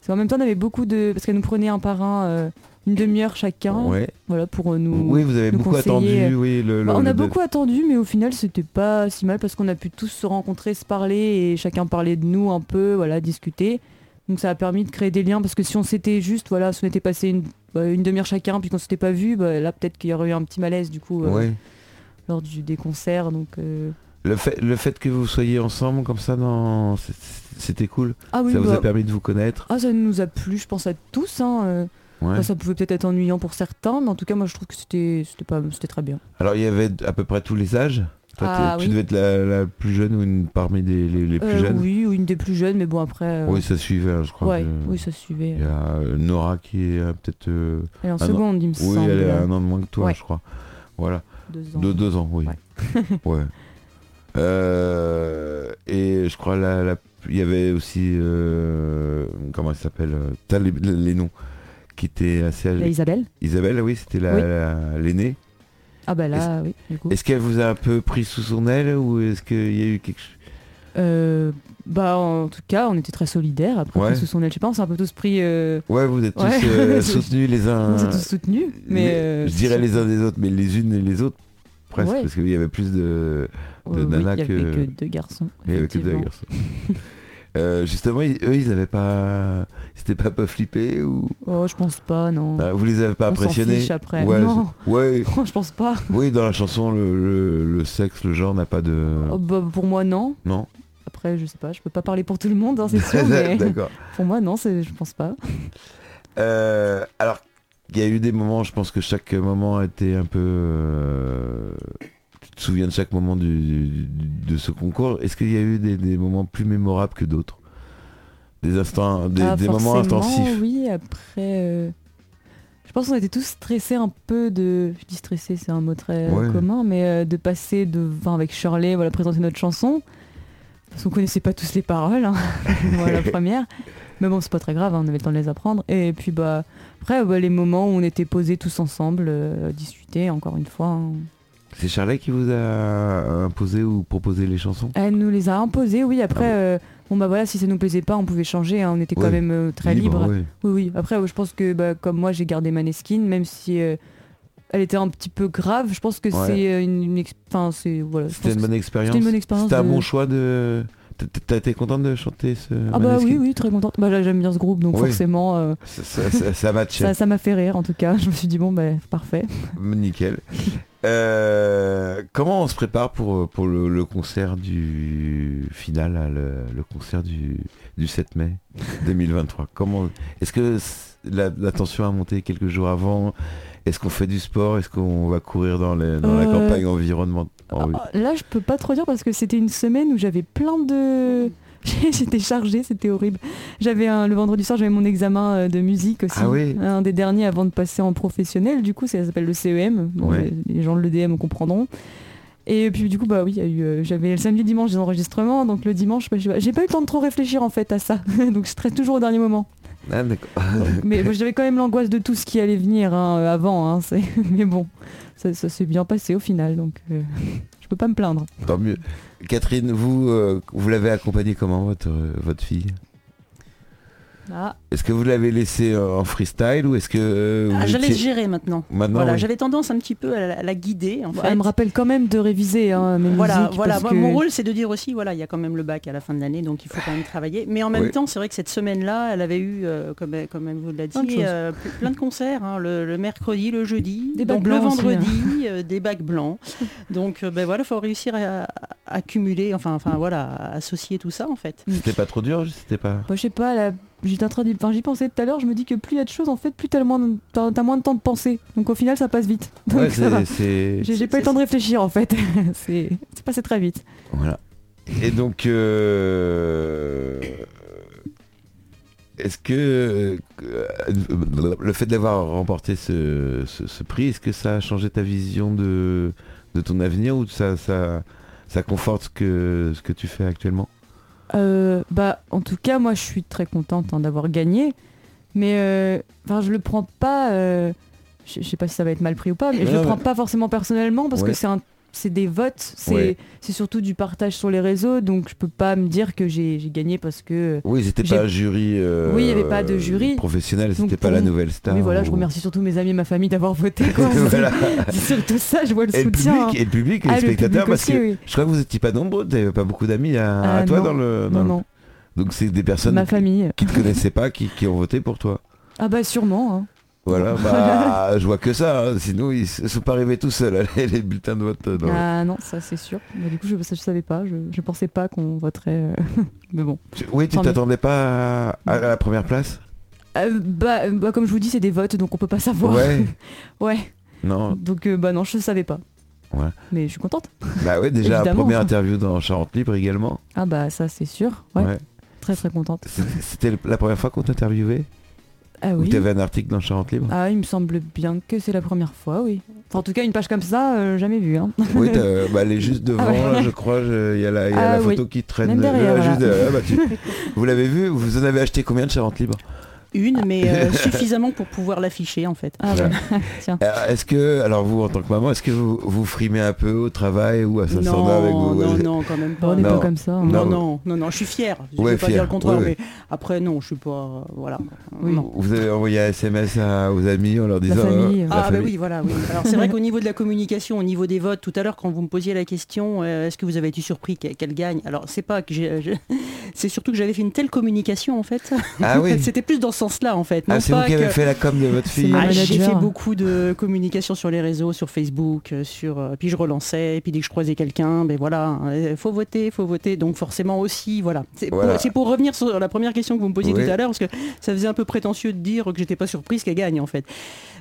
S4: C'est en même temps, on avait beaucoup de... Parce qu'elle nous prenait un par un, euh, une demi-heure chacun,
S1: ouais.
S4: voilà, pour euh, nous...
S1: Oui, vous avez
S4: nous
S1: beaucoup
S4: conseiller,
S1: attendu. Oui, le,
S4: Bah,
S1: le-
S4: on a
S1: le-
S4: beaucoup attendu, mais au final, c'était pas si mal parce qu'on a pu tous se rencontrer, se parler et chacun parler de nous un peu, voilà, discuter. Donc ça a permis de créer des liens parce que si on s'était juste, voilà, si on était passé une, bah, une demi-heure chacun puis qu'on s'était pas vu, bah, là peut-être qu'il y aurait eu un petit malaise du coup euh,
S1: Ouais.
S4: lors du, des concerts. Donc euh,
S1: Le, fait, le fait que vous soyez ensemble comme ça, non, c'est- c'était cool.
S4: ah oui,
S1: ça vous
S4: bah,
S1: a permis de vous connaître.
S4: ah, ça nous a plu, je pense à tous. hein, euh.
S1: Ouais.
S4: Enfin, ça pouvait peut-être être ennuyant pour certains, mais en tout cas, moi je trouve que c'était c'était pas c'était très bien.
S1: Alors il y avait à peu près tous les âges. Toi,
S4: Ah,
S1: t'es- tu
S4: oui.
S1: devais être la, la plus jeune ou une parmi des- les, les plus
S4: Euh,
S1: jeunes.
S4: oui, ou une des plus jeunes, mais bon après. euh,
S1: Oui, ça suivait, hein, je crois.
S4: ouais,
S1: que-
S4: oui, ça suivait.
S1: Il y a euh, Nora qui est euh, peut-être. euh,
S4: Elle est en
S1: Ah non.
S4: seconde, il me
S1: Oui,
S4: semble.
S1: elle est un an de moins que toi,
S4: Ouais.
S1: je crois. Voilà,
S4: Deux ans.
S1: de deux ans, oui. Ouais. Euh, et je crois la, la- il y avait aussi euh, comment elle s'appelle euh, T'as les, les noms qui étaient assez
S4: Là,
S1: âgés.
S4: Isabelle
S1: Isabelle, oui, c'était la-
S4: Oui.
S1: la- l'aînée.
S4: Ah bah là, oui, du coup.
S1: Est-ce qu'elle vous a un peu pris sous son aile ou est-ce qu'il y a eu quelque chose
S4: Euh, bah en tout cas, on était très solidaires. Après,
S1: Ouais.
S4: sous son aile, je sais pas, on s'est un peu tous pris... euh,
S1: Ouais, vous êtes
S4: Ouais.
S1: tous euh, soutenus les uns.
S4: On s'est tous soutenus, mais...
S1: les-
S4: euh,
S1: je dirais les uns des autres, mais les unes et les autres presque,
S4: Ouais.
S1: parce qu'il y avait plus de,
S4: euh,
S1: de
S4: oui,
S1: nanas
S4: il y avait
S1: que-
S4: que deux garçons.
S1: il y avait que deux
S4: effectivement.
S1: garçons. Euh, justement, ils- eux, ils avaient pas, c'était pas pas flippé ou
S4: Oh, je pense pas, non.
S1: Ah, vous les avez pas
S4: On s'en
S1: impressionnés
S4: fiche après.
S1: Ouais,
S4: Non.
S1: c'est- ouais,
S4: Oh, je pense pas.
S1: oui, dans la chanson, le, le- le sexe, le genre n'a pas de
S4: Oh, bah, pour moi, non.
S1: non.
S4: Après, je sais pas, je peux pas parler pour tout le monde, hein, c'est sûr, mais
S1: D'accord.
S4: pour moi, non, c'est- je pense pas.
S1: Euh, alors, il y a eu des moments, je pense que chaque moment était un peu. euh, tu te souviens de chaque moment du, du- du- de ce concours. Est-ce qu'il y a eu des, des moments plus mémorables que d'autres Des instants, des,
S4: Ah,
S1: des moments
S4: forcément,
S1: intensifs.
S4: Oui, après. euh, Je pense qu'on était tous stressés un peu de. Je dis stressé, c'est un mot très euh,
S1: Ouais.
S4: commun, mais euh, de passer de. Enfin, avec Shirley, voilà, présenter notre chanson. Parce qu'on connaissait pas tous les paroles, hein. moi la première. Mais bon, c'est pas très grave, hein, on avait le temps de les apprendre. Et puis, bah, après, bah, les moments où on était posés tous ensemble, euh, discuter, encore une fois. hein.
S1: C'est Charlet qui vous a euh, imposé ou proposé les chansons
S4: Elle nous les a imposés, oui. Après,
S1: Ah bon.
S4: euh, bon, bah voilà, si ça nous plaisait pas, on pouvait changer, hein, on était quand
S1: Ouais.
S4: même euh, très libre.
S1: ouais.
S4: Oui, oui. Après, euh, je pense que bah, comme moi, j'ai gardé Maneskin, même si euh, elle était un petit peu grave. Je pense que
S1: Ouais.
S4: c'est euh, une, une ex- enfin, c'est voilà. je
S1: C'était
S4: pense
S1: une
S4: que
S1: bonne expérience.
S4: c'était une bonne expérience
S1: C'était un
S4: de-
S1: bon choix de. T'as- T'as été contente de chanter ce.
S4: c'est- Ah bah
S1: Maneskin
S4: oui, oui, très contente. Bah là, j'aime bien ce groupe, donc
S1: Oui.
S4: forcément, euh,
S1: Ça, ça, ça- ça matchait.
S4: ça ça m'a fait rire en tout cas. Je me suis dit bon, bah parfait.
S1: Nickel. Euh, comment on se prépare pour, pour le, le concert du final, là, le, le concert du, du 7 mai 2023 Comment Est-ce que c- la, la tension a monté quelques jours avant Est-ce qu'on fait du sport Est-ce qu'on va courir dans, les- dans la
S4: Euh,
S1: campagne environnementale Oh, oui.
S4: Ah, Là, je peux pas trop dire parce que c'était une semaine où j'avais plein de. J'étais chargée, c'était horrible. J'avais un- le vendredi soir, j'avais mon examen euh, de musique aussi,
S1: Ah oui.
S4: un des derniers avant de passer en professionnel. Du coup, ça s'appelle le CEM. Bon,
S1: Ouais.
S4: les, les gens de l'EDM comprendront. Et puis du coup, bah oui, il y a eu, euh, j'avais le samedi, dimanche des enregistrements, donc le dimanche, bah, j'ai j'ai pas eu le temps de trop réfléchir en fait à ça. donc je stresse toujours au dernier moment.
S1: Ah, d'accord.
S4: Mais
S1: euh.
S4: bon, j'avais quand même l'angoisse de tout ce qui allait venir hein, euh, avant. hein, c'est- Mais bon, ça, ça s'est bien passé au final, donc euh, je peux pas me plaindre.
S1: Tant mieux. Catherine, vous, euh, vous l'avez accompagnée comment, votre, euh, votre fille
S4: Ah,
S1: Est-ce que vous l'avez laissée en freestyle ou est-ce que... euh,
S5: Ah,
S1: vous
S5: J'allais
S1: étiez-
S5: gérer maintenant.
S1: Maintenant,
S5: voilà,
S1: oui.
S5: j'avais tendance un petit peu à la, à la guider en fait.
S4: Elle me rappelle quand même de réviser hein, mes
S5: Voilà,
S4: musiques,
S5: voilà.
S4: parce
S5: Moi,
S4: que-
S5: Mon rôle, c'est de dire aussi, voilà, il y a quand même le bac à la fin de l'année, donc il faut quand même travailler. Mais en même
S1: Oui.
S5: temps, c'est vrai que cette semaine-là, elle avait eu, euh, comme, elle- comme elle vous l'a dit,
S4: Plein de choses.
S5: euh, ple- plein de concerts, hein, le, le mercredi, le jeudi,
S4: Des
S5: donc
S4: bacs
S5: le
S4: blancs aussi, hein.
S5: vendredi, euh, des bacs blancs. Donc, euh, ben voilà, faut réussir à, à cumuler, enfin, enfin voilà, à associer tout ça en fait.
S1: C'était pas trop dur C'était pas...
S4: Bah, je sais pas, là, j'étais en train d'y enfin, j'y pensais tout à l'heure, je me dis que plus il y a de choses, en fait, plus t'as le moins de- t'as t'as moins de temps de penser. Donc au final, ça passe vite. Donc,
S1: Ouais,
S4: ça
S1: c'est-
S4: va.
S1: c'est...
S4: J'ai j'ai pas eu le temps de réfléchir, en fait. c'est c'est passé très vite.
S1: Voilà. Et donc, euh, est-ce que euh, le fait d'avoir remporté ce, ce- ce prix, est-ce que ça a changé ta vision de, de ton avenir ou ça, ça, ça conforte ce que, ce que tu fais actuellement
S4: Euh, bah, en tout cas, moi, je suis très contente hein, d'avoir gagné. Mais euh, enfin, je le prends pas. euh, je je sais pas si ça va être mal pris ou pas, mais je
S1: Non,
S4: le prends
S1: mais-
S4: pas forcément personnellement parce
S1: Ouais.
S4: que c'est un- c'est des votes, c'est
S1: Ouais.
S4: c'est surtout du partage sur les réseaux, donc je peux pas me dire que j'ai j'ai gagné parce que.
S1: Oui, c'était
S4: J'ai-
S1: pas un jury. euh,
S4: Oui, il y avait pas de jury.
S1: Professionnel,
S4: Donc,
S1: c'était pas
S4: pour
S1: la
S4: nous-
S1: nouvelle star.
S4: oui, voilà, je
S1: ou-
S4: remercie surtout mes amis et ma famille d'avoir voté. quoi.
S1: Voilà.
S4: C'est surtout ça, je vois le
S1: Et le
S4: soutien.
S1: public, et le public, et
S4: Ah,
S1: les
S4: le
S1: spectateurs,
S4: public
S1: parce
S4: aussi,
S1: que
S4: oui.
S1: je crois que vous étiez pas nombreux, t'avais pas beaucoup d'amis à, à
S4: Ah,
S1: toi
S4: non.
S1: dans le. dans
S4: Non,
S1: le-
S4: non,
S1: Donc c'est des personnes
S4: ma famille.
S1: qui te connaissaient pas, qui, qui ont voté pour toi.
S4: Ah bah sûrement. hein.
S1: Voilà, bah, je vois que ça, hein. sinon ils se sont pas arrivés tout seuls, les, les bulletins de vote. euh, dans le-
S4: Ah non, ça c'est sûr. Mais du coup, je, ça, je savais pas, je, je pensais pas qu'on voterait. euh, Mais bon.
S1: Tu- Oui, tu
S4: Tant mieux.
S1: t'attendais pas à, à la première place
S4: Euh, bah, euh, bah, comme je vous dis, c'est des votes, donc on peut pas savoir.
S1: Ouais,
S4: Ouais.
S1: non,
S4: Donc euh, bah non, je savais pas.
S1: Ouais.
S4: Mais je suis contente.
S1: bah ouais, déjà la
S4: Évidemment.
S1: première interview dans Charente Libre également.
S4: Ah bah ça c'est sûr. Ouais.
S1: Ouais.
S4: Très très contente.
S1: C'est- C'était le- la première fois qu'on t'interviewait
S4: Ah
S1: Ou
S4: oui.
S1: t'avais un article dans Charente Libre
S4: Ah, il me semble bien que c'est la première fois, oui. Enfin, en tout cas, une page comme ça, euh, jamais vue. Hein.
S1: Oui, t'as- bah, elle est juste devant,
S4: Ah ouais.
S1: là, je crois, je- il y a la, il y a
S4: Ah
S1: la
S4: oui.
S1: photo qui traîne.
S4: Même derrière,
S1: là,
S4: voilà.
S1: juste derrière. Ah, bah, tu- vous l'avez vu, vous en avez acheté combien de Charente Libre
S5: Une, mais euh, suffisamment pour pouvoir l'afficher en fait.
S4: Ah bah, tiens.
S1: Alors, Euh, Est-ce que, alors vous en tant que maman, est-ce que vous, vous frimez un peu au travail ou à
S5: non,
S1: Sassanda avec vous
S5: non, non, quand même
S4: Bon,
S5: pas.
S4: on n'est
S1: Non.
S4: pas comme ça. hein.
S5: Non,
S1: Non.
S5: non, non, non, je suis fière. Je ne
S1: Ouais,
S5: vais pas
S1: fière,
S5: dire le contraire,
S1: ouais, ouais.
S5: mais après, non, je suis pas. euh, voilà.
S4: Oui.
S5: Non.
S1: Vous avez envoyé un SMS à- aux amis en leur disant. oh,
S4: famille.
S1: la
S4: La
S5: Ah bah
S1: famille.
S5: oui, voilà. Oui. Alors c'est vrai qu'au niveau de la communication, au niveau des votes, tout à l'heure quand vous me posiez la question, euh, est-ce que vous avez été surpris qu'elle qu'elle gagne Alors c'est pas que j'ai, je- c'est surtout que j'avais fait une telle communication en fait.
S1: Ah oui.
S5: C'était plus dans ce sens-là en fait.
S1: Ah,
S5: non
S1: c'est vous
S5: pas
S1: qui avez
S5: que-
S1: fait la com de votre
S4: C'est
S1: fille.
S4: ma-
S5: Ah, j'ai
S4: manager.
S5: fait beaucoup de communication sur les réseaux, sur Facebook, euh, sur euh, puis je relançais, et puis dès que je croisais quelqu'un, ben voilà, euh, faut voter, faut voter, donc forcément aussi, voilà. C'est pour-
S1: Voilà.
S5: c'est pour, revenir sur la première question que vous me posiez
S1: Oui.
S5: tout à l'heure, parce que ça faisait un peu prétentieux de dire que j'étais pas surprise qu'elle gagne en fait.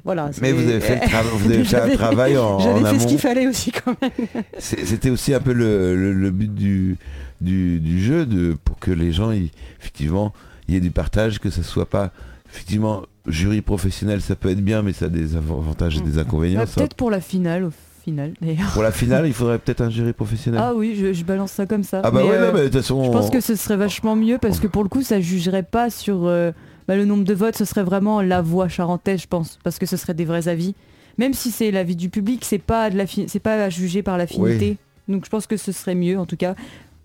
S5: Voilà.
S1: Mais
S5: c'est-
S1: vous avez fait, le tra- vous avez fait un
S5: J'avais-
S1: travail en, en
S5: J'avais fait
S1: amont.
S5: ce qu'il fallait aussi quand même.
S1: C'est- C'était aussi un peu le, le- le but du, du, du jeu de, pour que les gens, ils- effectivement, il y ait du partage, que ce soit pas effectivement jury professionnel, ça peut être bien, mais ça a des avantages et des inconvénients.
S4: Bah,
S1: ça.
S4: Peut-être pour la finale, au final, d'ailleurs.
S1: Pour la finale, il faudrait peut-être un jury professionnel.
S4: Ah oui, je, je balance ça comme ça.
S1: Ah bah
S4: Mais,
S1: ouais,
S4: euh,
S1: non, mais de toute façon.
S4: Je pense que ce serait vachement mieux parce que pour le coup, ça jugerait pas sur euh, bah, le nombre de votes, ce serait vraiment la voix charentaise, je pense, parce que ce serait des vrais avis. Même si c'est l'avis du public, c'est pas de la fi- c'est pas à juger par l'affinité. Donc je pense que ce serait mieux en tout cas.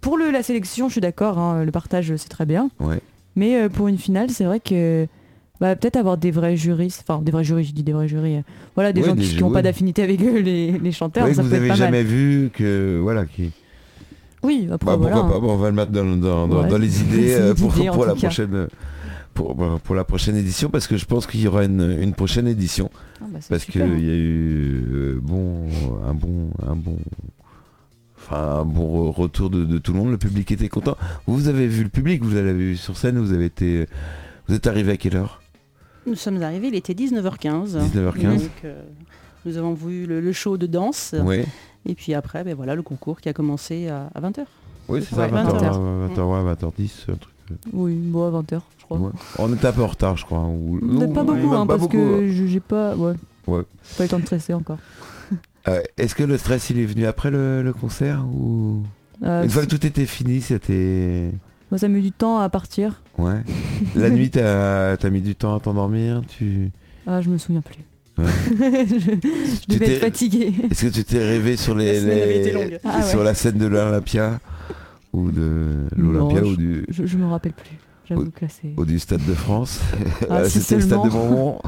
S4: Pour le, la sélection, je suis d'accord, hein, le partage c'est très bien.
S1: Ouais.
S4: Mais euh, pour une finale, c'est vrai que bah, peut-être avoir des vrais jurys, enfin des vrais jurys, je dis des vrais jurys, euh, voilà, des
S1: Ouais,
S4: gens
S1: des
S4: qui
S1: ju-
S4: n'ont
S1: ouais.
S4: pas d'affinité avec eux, les, les chanteurs,
S1: Ouais, que
S4: ça
S1: vous
S4: peut être
S1: avez
S4: pas mal.
S1: jamais vu que voilà qui.
S4: Oui, après
S1: Bah,
S4: voilà. hein.
S1: pourquoi pas Bon, On va le mettre dans, dans- dans-
S4: Ouais.
S1: dans les idées
S4: C'est
S1: euh,
S4: une
S1: pour,
S4: idée, en
S1: pour la
S4: tout cas.
S1: prochaine pour, pour la prochaine édition parce que je pense qu'il y aura une, une prochaine édition
S4: Ah, bah, c'est
S1: parce qu'il y
S4: super,
S1: a
S4: hein.
S1: eu euh, bon un bon un bon enfin un bon re- retour de, de tout le monde. Le public était content. Vous avez vu le public Vous l'avez vu sur scène Vous avez été vous êtes arrivé à quelle heure
S5: Nous sommes arrivés, il était 19h15.
S1: 19h15.
S5: Donc, euh, nous avons vu le, le show de danse.
S1: Oui,
S5: Et puis après, ben voilà, le concours qui a commencé à, 20h.
S1: oui c'est ça.
S5: Ouais,
S1: 20h,
S5: 20h.
S1: 20h, 20h10, un truc.
S4: Oui, bon, à 20h, je crois.
S1: Ouais. On était un peu en retard, je crois. hein, ou-
S4: Peut-être
S1: non,
S4: pas
S1: même
S4: beaucoup, hein,
S1: pas
S4: parce
S1: beaucoup.
S4: que je- j'ai pas, ouais,
S1: Ouais.
S4: J'ai pas eu le temps de stresser encore.
S1: Euh, Est-ce que le stress il est venu après le, le concert ou
S4: Euh,
S1: une fois que tout était fini c'était
S4: Moi, ça met du temps à partir.
S1: ouais la nuit t'as as mis du temps à t'endormir tu
S4: Ah, je me souviens plus.
S1: Ouais.
S4: je je
S1: Tu
S4: devais
S1: t'es-
S4: être fatiguée.
S1: est-ce que tu t'es rêvé sur les,
S5: La scène avait
S1: les-
S5: été longue.
S4: Ah ouais.
S1: sur la scène de l'Olympia ou de l'Olympia
S4: Non,
S1: ou du
S4: Je, je me rappelle plus. J'avoue que là, c'est.
S1: ou du stade de France
S4: Ah,
S1: Euh,
S4: si
S1: c'était le stade de
S4: seulement.
S1: Montmont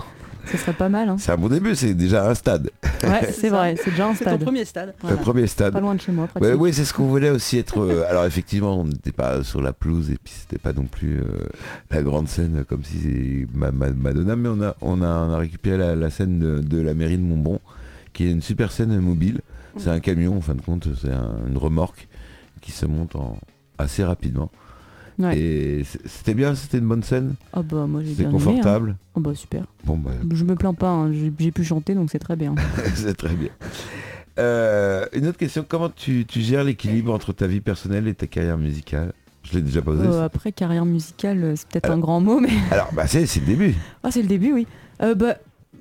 S4: Ça serait pas mal, hein.
S1: c'est un bon début c'est déjà un stade
S4: Ouais,
S5: C'est
S4: c'est
S5: ça.
S4: vrai, c'est déjà un
S5: C'est ton
S4: stade.
S5: premier stade.
S1: le premier stade
S4: Pas loin de chez moi,
S1: Ouais,
S4: pratiquement.
S1: oui, c'est ce qu'on voulait aussi être. euh, alors effectivement, on n'était pas sur la pelouse et puis c'était pas non plus euh, la grande scène euh, comme si c'est Ma- Ma- Madonna, mais on a, on a, on a récupéré la, la scène de, de la mairie de Montbon, qui est une super scène mobile. C'est un camion en fin de compte, c'est un- une remorque qui se monte en assez rapidement.
S4: Ouais.
S1: Et c- c'était bien, c'était une bonne scène,
S4: Ah bah, moi, j'ai
S1: c'était
S4: bien aimé. hein.
S1: confortable.
S4: Oh bah, super.
S1: Bon bah
S4: Je me plains pas, hein. j'ai j'ai pu chanter, donc c'est très bien.
S1: c'est très bien. Euh, une autre question, comment tu, tu gères l'équilibre entre ta vie personnelle et ta carrière musicale Je l'ai déjà posé.
S4: Euh, après, carrière musicale, euh, c'est peut-être
S1: Alors.
S4: un grand mot, mais.
S1: Alors, bah, c'est c'est le début.
S4: Ah, c'est le début, oui. Euh, bah,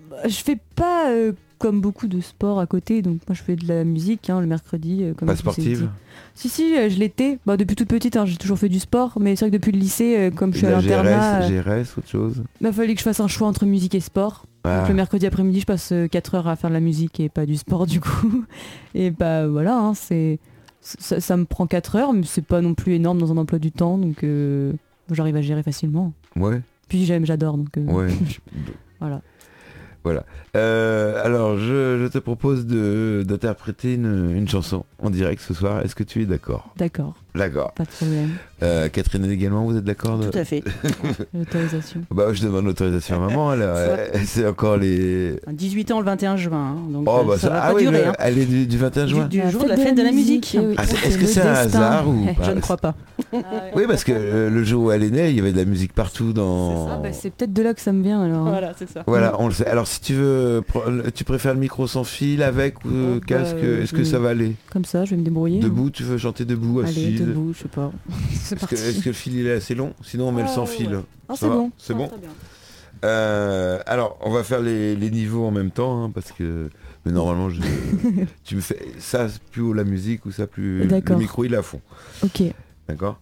S4: bah, je fais pas euh, comme beaucoup de sports à côté, donc moi je fais de la musique hein, le mercredi. euh, comme
S1: Pas
S4: je vous ai dit.
S1: sportive.
S4: Si, si, euh, je l'étais. Bah, depuis toute petite, hein, j'ai toujours fait du sport, mais c'est vrai que depuis le lycée, euh, comme je suis à
S1: La
S4: l'internat,
S1: GRS,
S4: euh,
S1: GRS, autre chose.
S4: il m'a fallu que je fasse un choix entre musique et sport.
S1: Ah,
S4: Donc le mercredi après-midi, je passe 4 heures à faire de la musique et pas du sport du coup. Et bah voilà, hein, c'est ça, ça me prend 4 heures, mais c'est pas non plus énorme dans un emploi du temps, donc euh, j'arrive à gérer facilement.
S1: ouais,
S4: Puis j'aime, j'adore, donc euh,
S1: ouais.
S4: voilà.
S1: Euh, alors, je, je te propose de- d'interpréter une, une chanson en direct ce soir. Est-ce que tu es d'accord
S4: D'accord,
S1: D'accord.
S4: pas de problème.
S1: Euh, Catherine également, vous êtes d'accord de-
S5: Tout à fait.
S4: L'autorisation.
S1: Bah, je demande l'autorisation à maman. alors, euh, C'est encore les.
S5: 18 ans le 21 juin. hein, donc euh, ça, va
S1: ah
S5: pas
S1: oui,
S5: durer.
S1: le-
S5: hein.
S1: elle est du, du 21 juin.
S5: Du jour de la fête de la musique.
S4: eh oui.
S1: Ah, c'est- Est-ce
S4: C'est
S1: que
S4: le
S1: c'est un
S4: destin.
S1: hasard ou pas
S5: Je ne crois pas.
S1: Oui, parce que euh, le jour où elle est née, il y avait de la musique partout dans.
S4: Ah, bah, c'est peut-être de là que ça me vient alors.
S5: Voilà, c'est ça.
S1: Voilà, on le sait. Alors si tu veux, pro- le- tu préfères le micro sans fil, avec ou euh,
S4: Oh, bah,
S1: casque,
S4: euh,
S1: est-ce
S4: je-
S1: que ça va aller
S4: Comme ça, je vais me débrouiller.
S1: Debout, tu veux chanter debout,
S4: Allez,
S1: assise
S4: debout, je sais pas.
S1: Est-ce
S4: C'est
S1: que,
S4: parti.
S1: est-ce que le fil il est assez long Sinon on met le
S4: Ah,
S1: sans
S4: ouais.
S1: fil.
S4: Ah,
S1: Ça
S4: c'est
S1: va
S4: bon.
S1: C'est bon Euh, alors, on va faire les, les niveaux en même temps, hein, parce que mais normalement, je- tu me fais ça plus haut la musique ou ça plus le
S4: D'accord.
S1: micro il est à fond,
S4: Ok.
S1: d'accord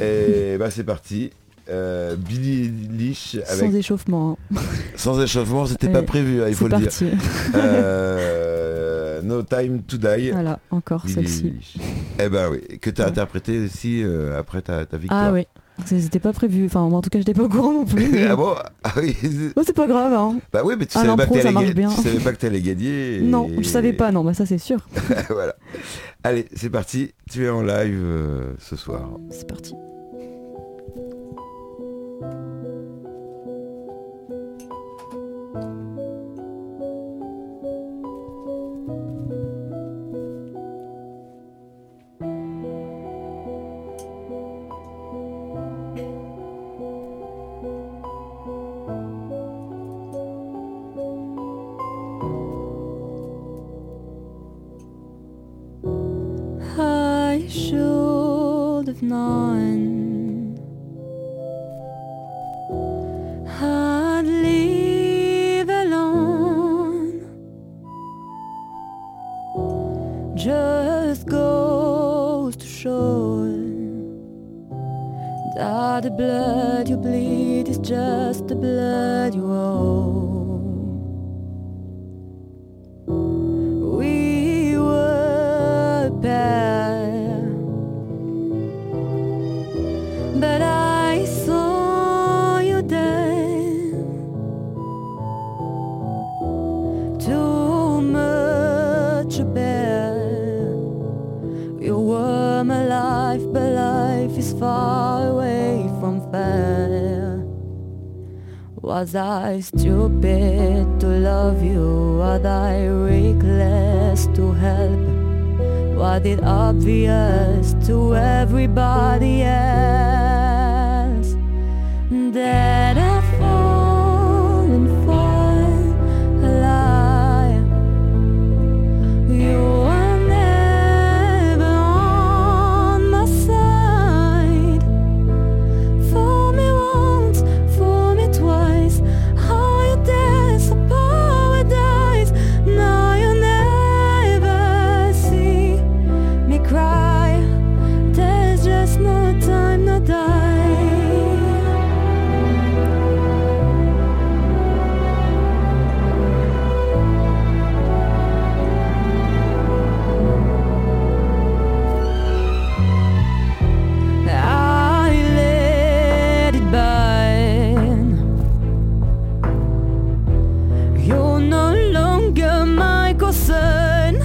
S1: Et bah c'est parti. Euh, Billy Eilish avec
S4: Sans échauffement. hein.
S1: sans échauffement, c'était pas
S4: Allez,
S1: prévu, hein, il faut
S4: C'est
S1: le dire.
S4: parti.
S1: Euh, no Time to Die.
S4: Voilà, encore
S1: Billie
S4: celle-ci.
S1: Eilish. Eh ben oui, que t'as
S4: Ouais.
S1: interprété aussi euh, après ta, ta victoire.
S4: Ah oui. C'était pas prévu. Enfin, moi, en tout cas, j'étais pas au courant non plus. mais-
S1: ah bon Ah oui.
S4: Oh, c'est pas grave, hein.
S1: Bah oui, mais tu
S4: Ah,
S1: savais pas que
S4: l'impro, ça
S1: t'allais
S4: marche
S1: gagner.
S4: bien.
S1: Tu savais pas que t'allais gagner. et-
S4: Non, je savais pas, non, bah ça c'est sûr.
S1: voilà. Allez, c'est parti. Tu es en live euh, ce soir.
S4: C'est parti. I should have known just goes to show that the blood you bleed is just the blood you owe. We were bad, but I saw you then. too much bear. You were my life, but life is far away from fair. Was I stupid to love you? Was I reckless to help? Was it obvious to everybody else? that I fall and fall a lie. You were never on my side. Fool me once, fool me twice. How you dance a paradise. Now you never see me cry. There's just no time, no die. I let it burn. You're no longer my concern.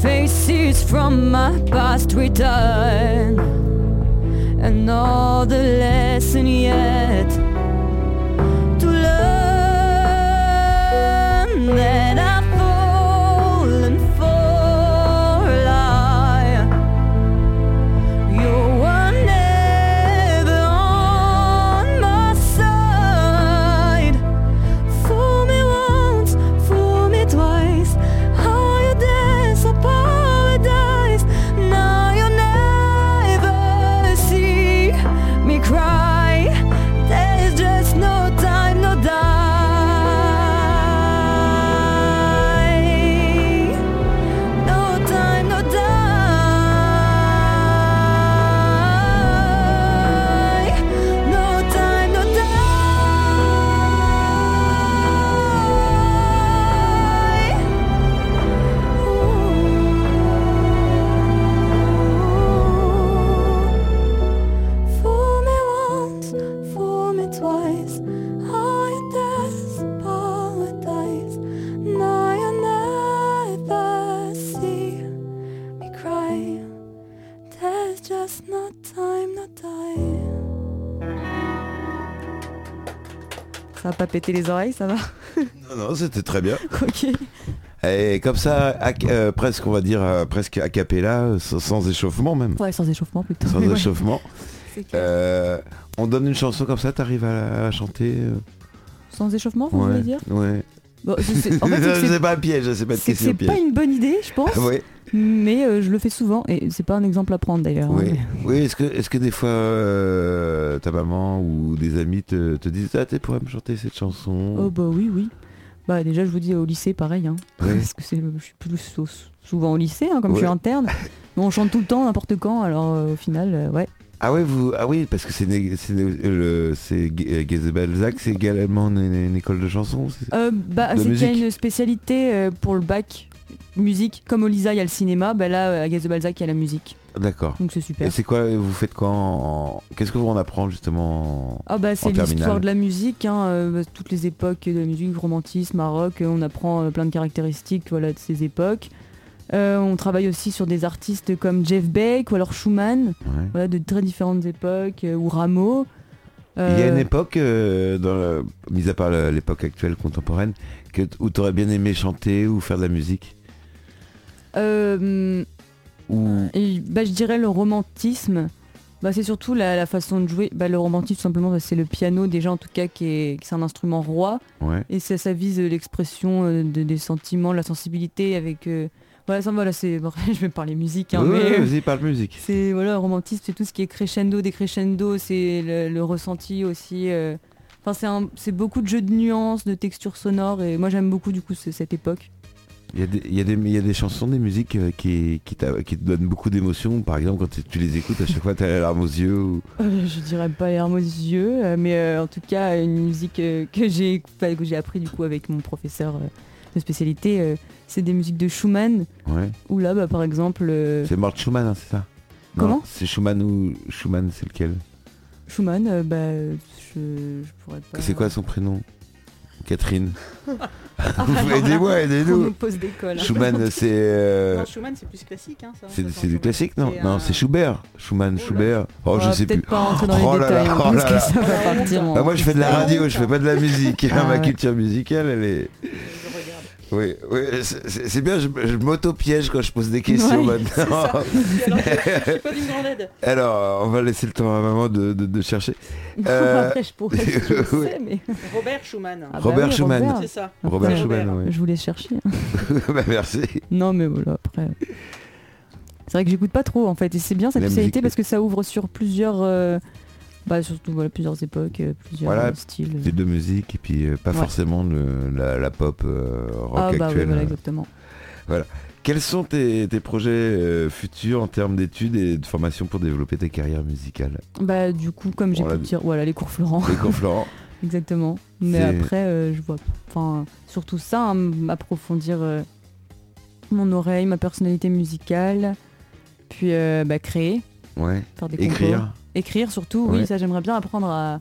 S4: Faces from my past return. Another lesson yet to learn that I've fallen for a lie. You were never on my side. Fool me once, fool me twice. How you dance a paradise. Now you never see me cry. There's just no time, no die. No time, no die. No time, no die. Ooh. Fool me once, fool me twice. I dance paradise. Now you never see me cry. There's just no time, no time.
S6: Ça va pas péter les oreilles, ça va
S1: Non, non, c'était très bien.
S6: Ok.
S1: Et comme ça, à- euh, presque, on va dire, euh, presque a cappella, euh, sans, sans échauffement même.
S6: Ouais, sans échauffement plutôt.
S1: Sans
S6: mais ouais,
S1: échauffement.
S6: c'est clair.
S1: Euh, on donne une chanson comme ça, t'arrives à, la- à la chanter euh,
S6: Sans échauffement, vous voulez dire
S1: ouais.
S6: Bon, je sais- En fait, c'est que
S1: c'est
S6: c'est-
S1: pas un piège, c'est pas de
S6: c'est que
S1: question
S6: c'est pas
S1: piège.
S6: une bonne idée, je pense,
S1: Oui,
S6: mais euh, je le fais souvent et c'est pas un exemple à prendre d'ailleurs. hein,
S1: oui.
S6: mais-
S1: oui est-ce que, est que des fois euh, ta maman ou des amis te, te disent Ah, tu pourrais me chanter cette chanson
S6: Oh bah oui, oui. Bah déjà, je vous dis au lycée, pareil. hein.
S1: Oui.
S6: Parce que c'est, je suis plus au- souvent au lycée, hein, comme je suis
S1: Ouais.
S6: interne. Mais on chante tout le temps, n'importe quand, alors euh, au final, euh, ouais.
S1: Ah oui, vous, ah oui, parce que c'est né- c'est né- euh, le- c'est Gu- euh, Gaize Balzac, c'est également une, une école de chanson. c'est-
S6: Euh, bah,
S1: De
S6: c'est qu'il y a
S1: musique.
S6: une spécialité euh, pour le bac musique. Comme au Lisa, il y a le cinéma, bah là, euh, à Gaz de Balzac, il y a la musique.
S1: D'accord.
S6: Donc c'est super.
S1: Et c'est quoi Vous faites quoi en- en- Qu'est-ce que vous en apprend justement en-
S6: Ah bah c'est
S1: terminale.
S6: l'histoire de la musique, hein, euh, toutes les époques de la musique, romantisme, baroque, euh, on apprend euh, plein de caractéristiques voilà, de ces époques. Euh, on travaille aussi sur des artistes comme Jeff Beck ou alors Schumann,
S1: Ouais.
S6: voilà, de très différentes époques, euh, ou Rameau.
S1: Il y a une
S6: Euh,
S1: époque, euh, dans la- mis à part la- l'époque actuelle contemporaine, que, t- où t'aurais bien aimé chanter ou faire de la musique
S6: euh,
S1: ou...
S6: Et, bah, je dirais le romantisme. Bah, c'est surtout la, la façon de jouer. Bah, le romantisme, tout simplement, bah, c'est le piano, déjà en tout cas, qui est, qui c'est un instrument roi.
S1: Ouais.
S6: Et ça, ça vise euh, l'expression euh, de- des sentiments, la sensibilité avec. euh, Voilà, ça, voilà, c'est. bon, je vais parler musique, hein,
S1: Oui,
S6: mais,
S1: oui,
S6: euh,
S1: vas-y, parle musique.
S6: c'est voilà, le romantisme, c'est tout ce qui est crescendo, décrescendo, c'est le, le ressenti aussi. euh, Enfin, c'est un- c'est beaucoup de jeux de nuances, de textures sonores, et moi j'aime beaucoup du coup ce- cette époque.
S1: Il y, a des- il y a des- il y a des chansons, des musiques euh, qui, qui, t'a- qui te donnent beaucoup d'émotions. Par exemple, quand tu- tu les écoutes, à chaque fois, t'as la larme aux yeux. ou-
S4: Euh, Je dirais pas les larmes aux yeux, euh, mais euh, en tout cas une musique euh, que j'ai enfin, que j'ai appris du coup avec mon professeur euh, de spécialité, euh, c'est des musiques de Schumann.
S1: Ouais.
S6: Euh.
S4: Ou là, bah, par exemple, euh,
S1: C'est Mort Schumann, hein, c'est ça Non,
S4: Comment
S1: C'est Schumann ou Schumann, c'est lequel
S6: Euh.
S4: Schumann, euh, bah, je, je pourrais pas.
S1: C'est quoi son prénom Catherine. Aidez-moi,
S4: On nous
S1: aidez-nous.
S4: pose hein. d'école.
S1: Schumann, c'est... euh,
S5: Non, Schumann, c'est plus classique. Hein, ça,
S1: C'est
S5: ça,
S1: c'est du
S5: Schumann.
S1: classique, non
S5: C'est,
S1: Non,
S5: euh,
S1: c'est Schubert. Schumann,
S5: là.
S1: Schubert. Oh,
S4: On
S1: je
S4: va
S1: sais plus.
S4: Ah, Peut-être pas rentrer dans les
S1: Oh là là,
S4: détails, hein,
S1: oh
S4: parce
S1: là
S4: que
S1: là.
S4: ça va partir. en-
S1: Bah, moi, je fais de la
S5: Ah,
S1: radio, je
S5: d'accord.
S1: fais pas de la musique.
S4: Ah,
S1: Ma
S4: ouais.
S1: culture musicale, elle est... Oui, oui c'est- c'est c'est bien, je, je m'auto-piège quand je pose des questions
S4: Ouais,
S1: maintenant.
S5: Alors, je suis pas d'une grande aide.
S1: Alors, on va laisser le temps à maman de, de- de chercher. Euh,
S4: Après, je pourrais. Je
S1: oui.
S4: sais, mais...
S5: Robert Schumann.
S4: Ah bah
S1: Robert
S4: oui,
S1: Schumann.
S4: Robert.
S5: C'est ça.
S1: Robert
S4: Robert.
S1: Schumann, ouais.
S4: Je voulais chercher. hein.
S1: Bah, merci.
S4: Non, mais voilà, après. C'est vrai que j'écoute pas trop en fait, et c'est bien cette
S1: La
S4: spécialité
S1: musique.
S4: parce que ça ouvre sur plusieurs. euh, bah, surtout voilà, plusieurs époques, euh, plusieurs
S1: Voilà.
S4: euh, styles.
S1: Les deux musiques et puis euh, pas
S4: Ouais.
S1: forcément le- la, la pop euh, rock
S4: Ah, bah oui,
S1: actuelle.
S4: voilà, exactement.
S1: Quels sont tes, tes projets euh, futurs en termes d'études et de formation pour développer ta carrière musicale
S4: Bah, du coup, comme j'ai
S1: On l'a
S4: pu
S1: dit.
S4: dire, voilà, les cours Florent.
S1: Les cours Florent
S4: Exactement. Mais
S1: C'est-
S4: après, euh, je vois. Enfin, surtout ça, hein, m- approfondir euh, mon oreille, ma personnalité musicale, puis euh, bah, créer,
S1: Ouais.
S4: faire des compos.
S1: Écrire
S4: Écrire surtout, oui,
S1: Ouais.
S4: ça j'aimerais bien apprendre à.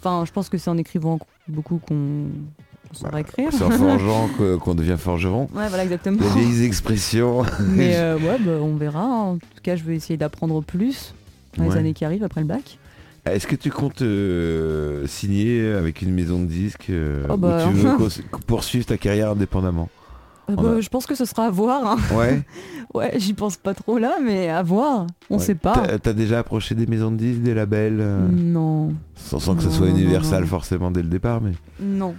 S4: Enfin, je pense que c'est en écrivant beaucoup qu'on qu'on saura écrire.
S1: C'est en forgeant que- qu'on devient forgeron.
S4: Ouais, voilà, exactement.
S1: Les vieilles expressions.
S4: Mais euh, ouais, bah, on verra. hein. En tout cas, je vais essayer d'apprendre plus dans
S1: Ouais.
S4: les années qui arrivent après le bac.
S1: Est-ce que tu comptes euh, signer avec une maison de disques euh,
S4: Oh bah,
S1: ou tu veux
S4: hein.
S1: cons- poursuivre ta carrière indépendamment
S4: Euh,
S1: On
S4: bah,
S1: a-
S4: Je pense que ce sera à voir. hein.
S1: Ouais.
S4: Ouais, j'y pense pas trop là, mais à voir. On
S1: Ouais.
S4: sait pas.
S1: T'as t'as déjà approché des maisons de disques, des labels euh,
S4: Non.
S1: Sans, sans que ce
S4: Non,
S1: soit
S4: non, non,
S1: universel
S4: non.
S1: forcément dès le départ, mais
S4: Non.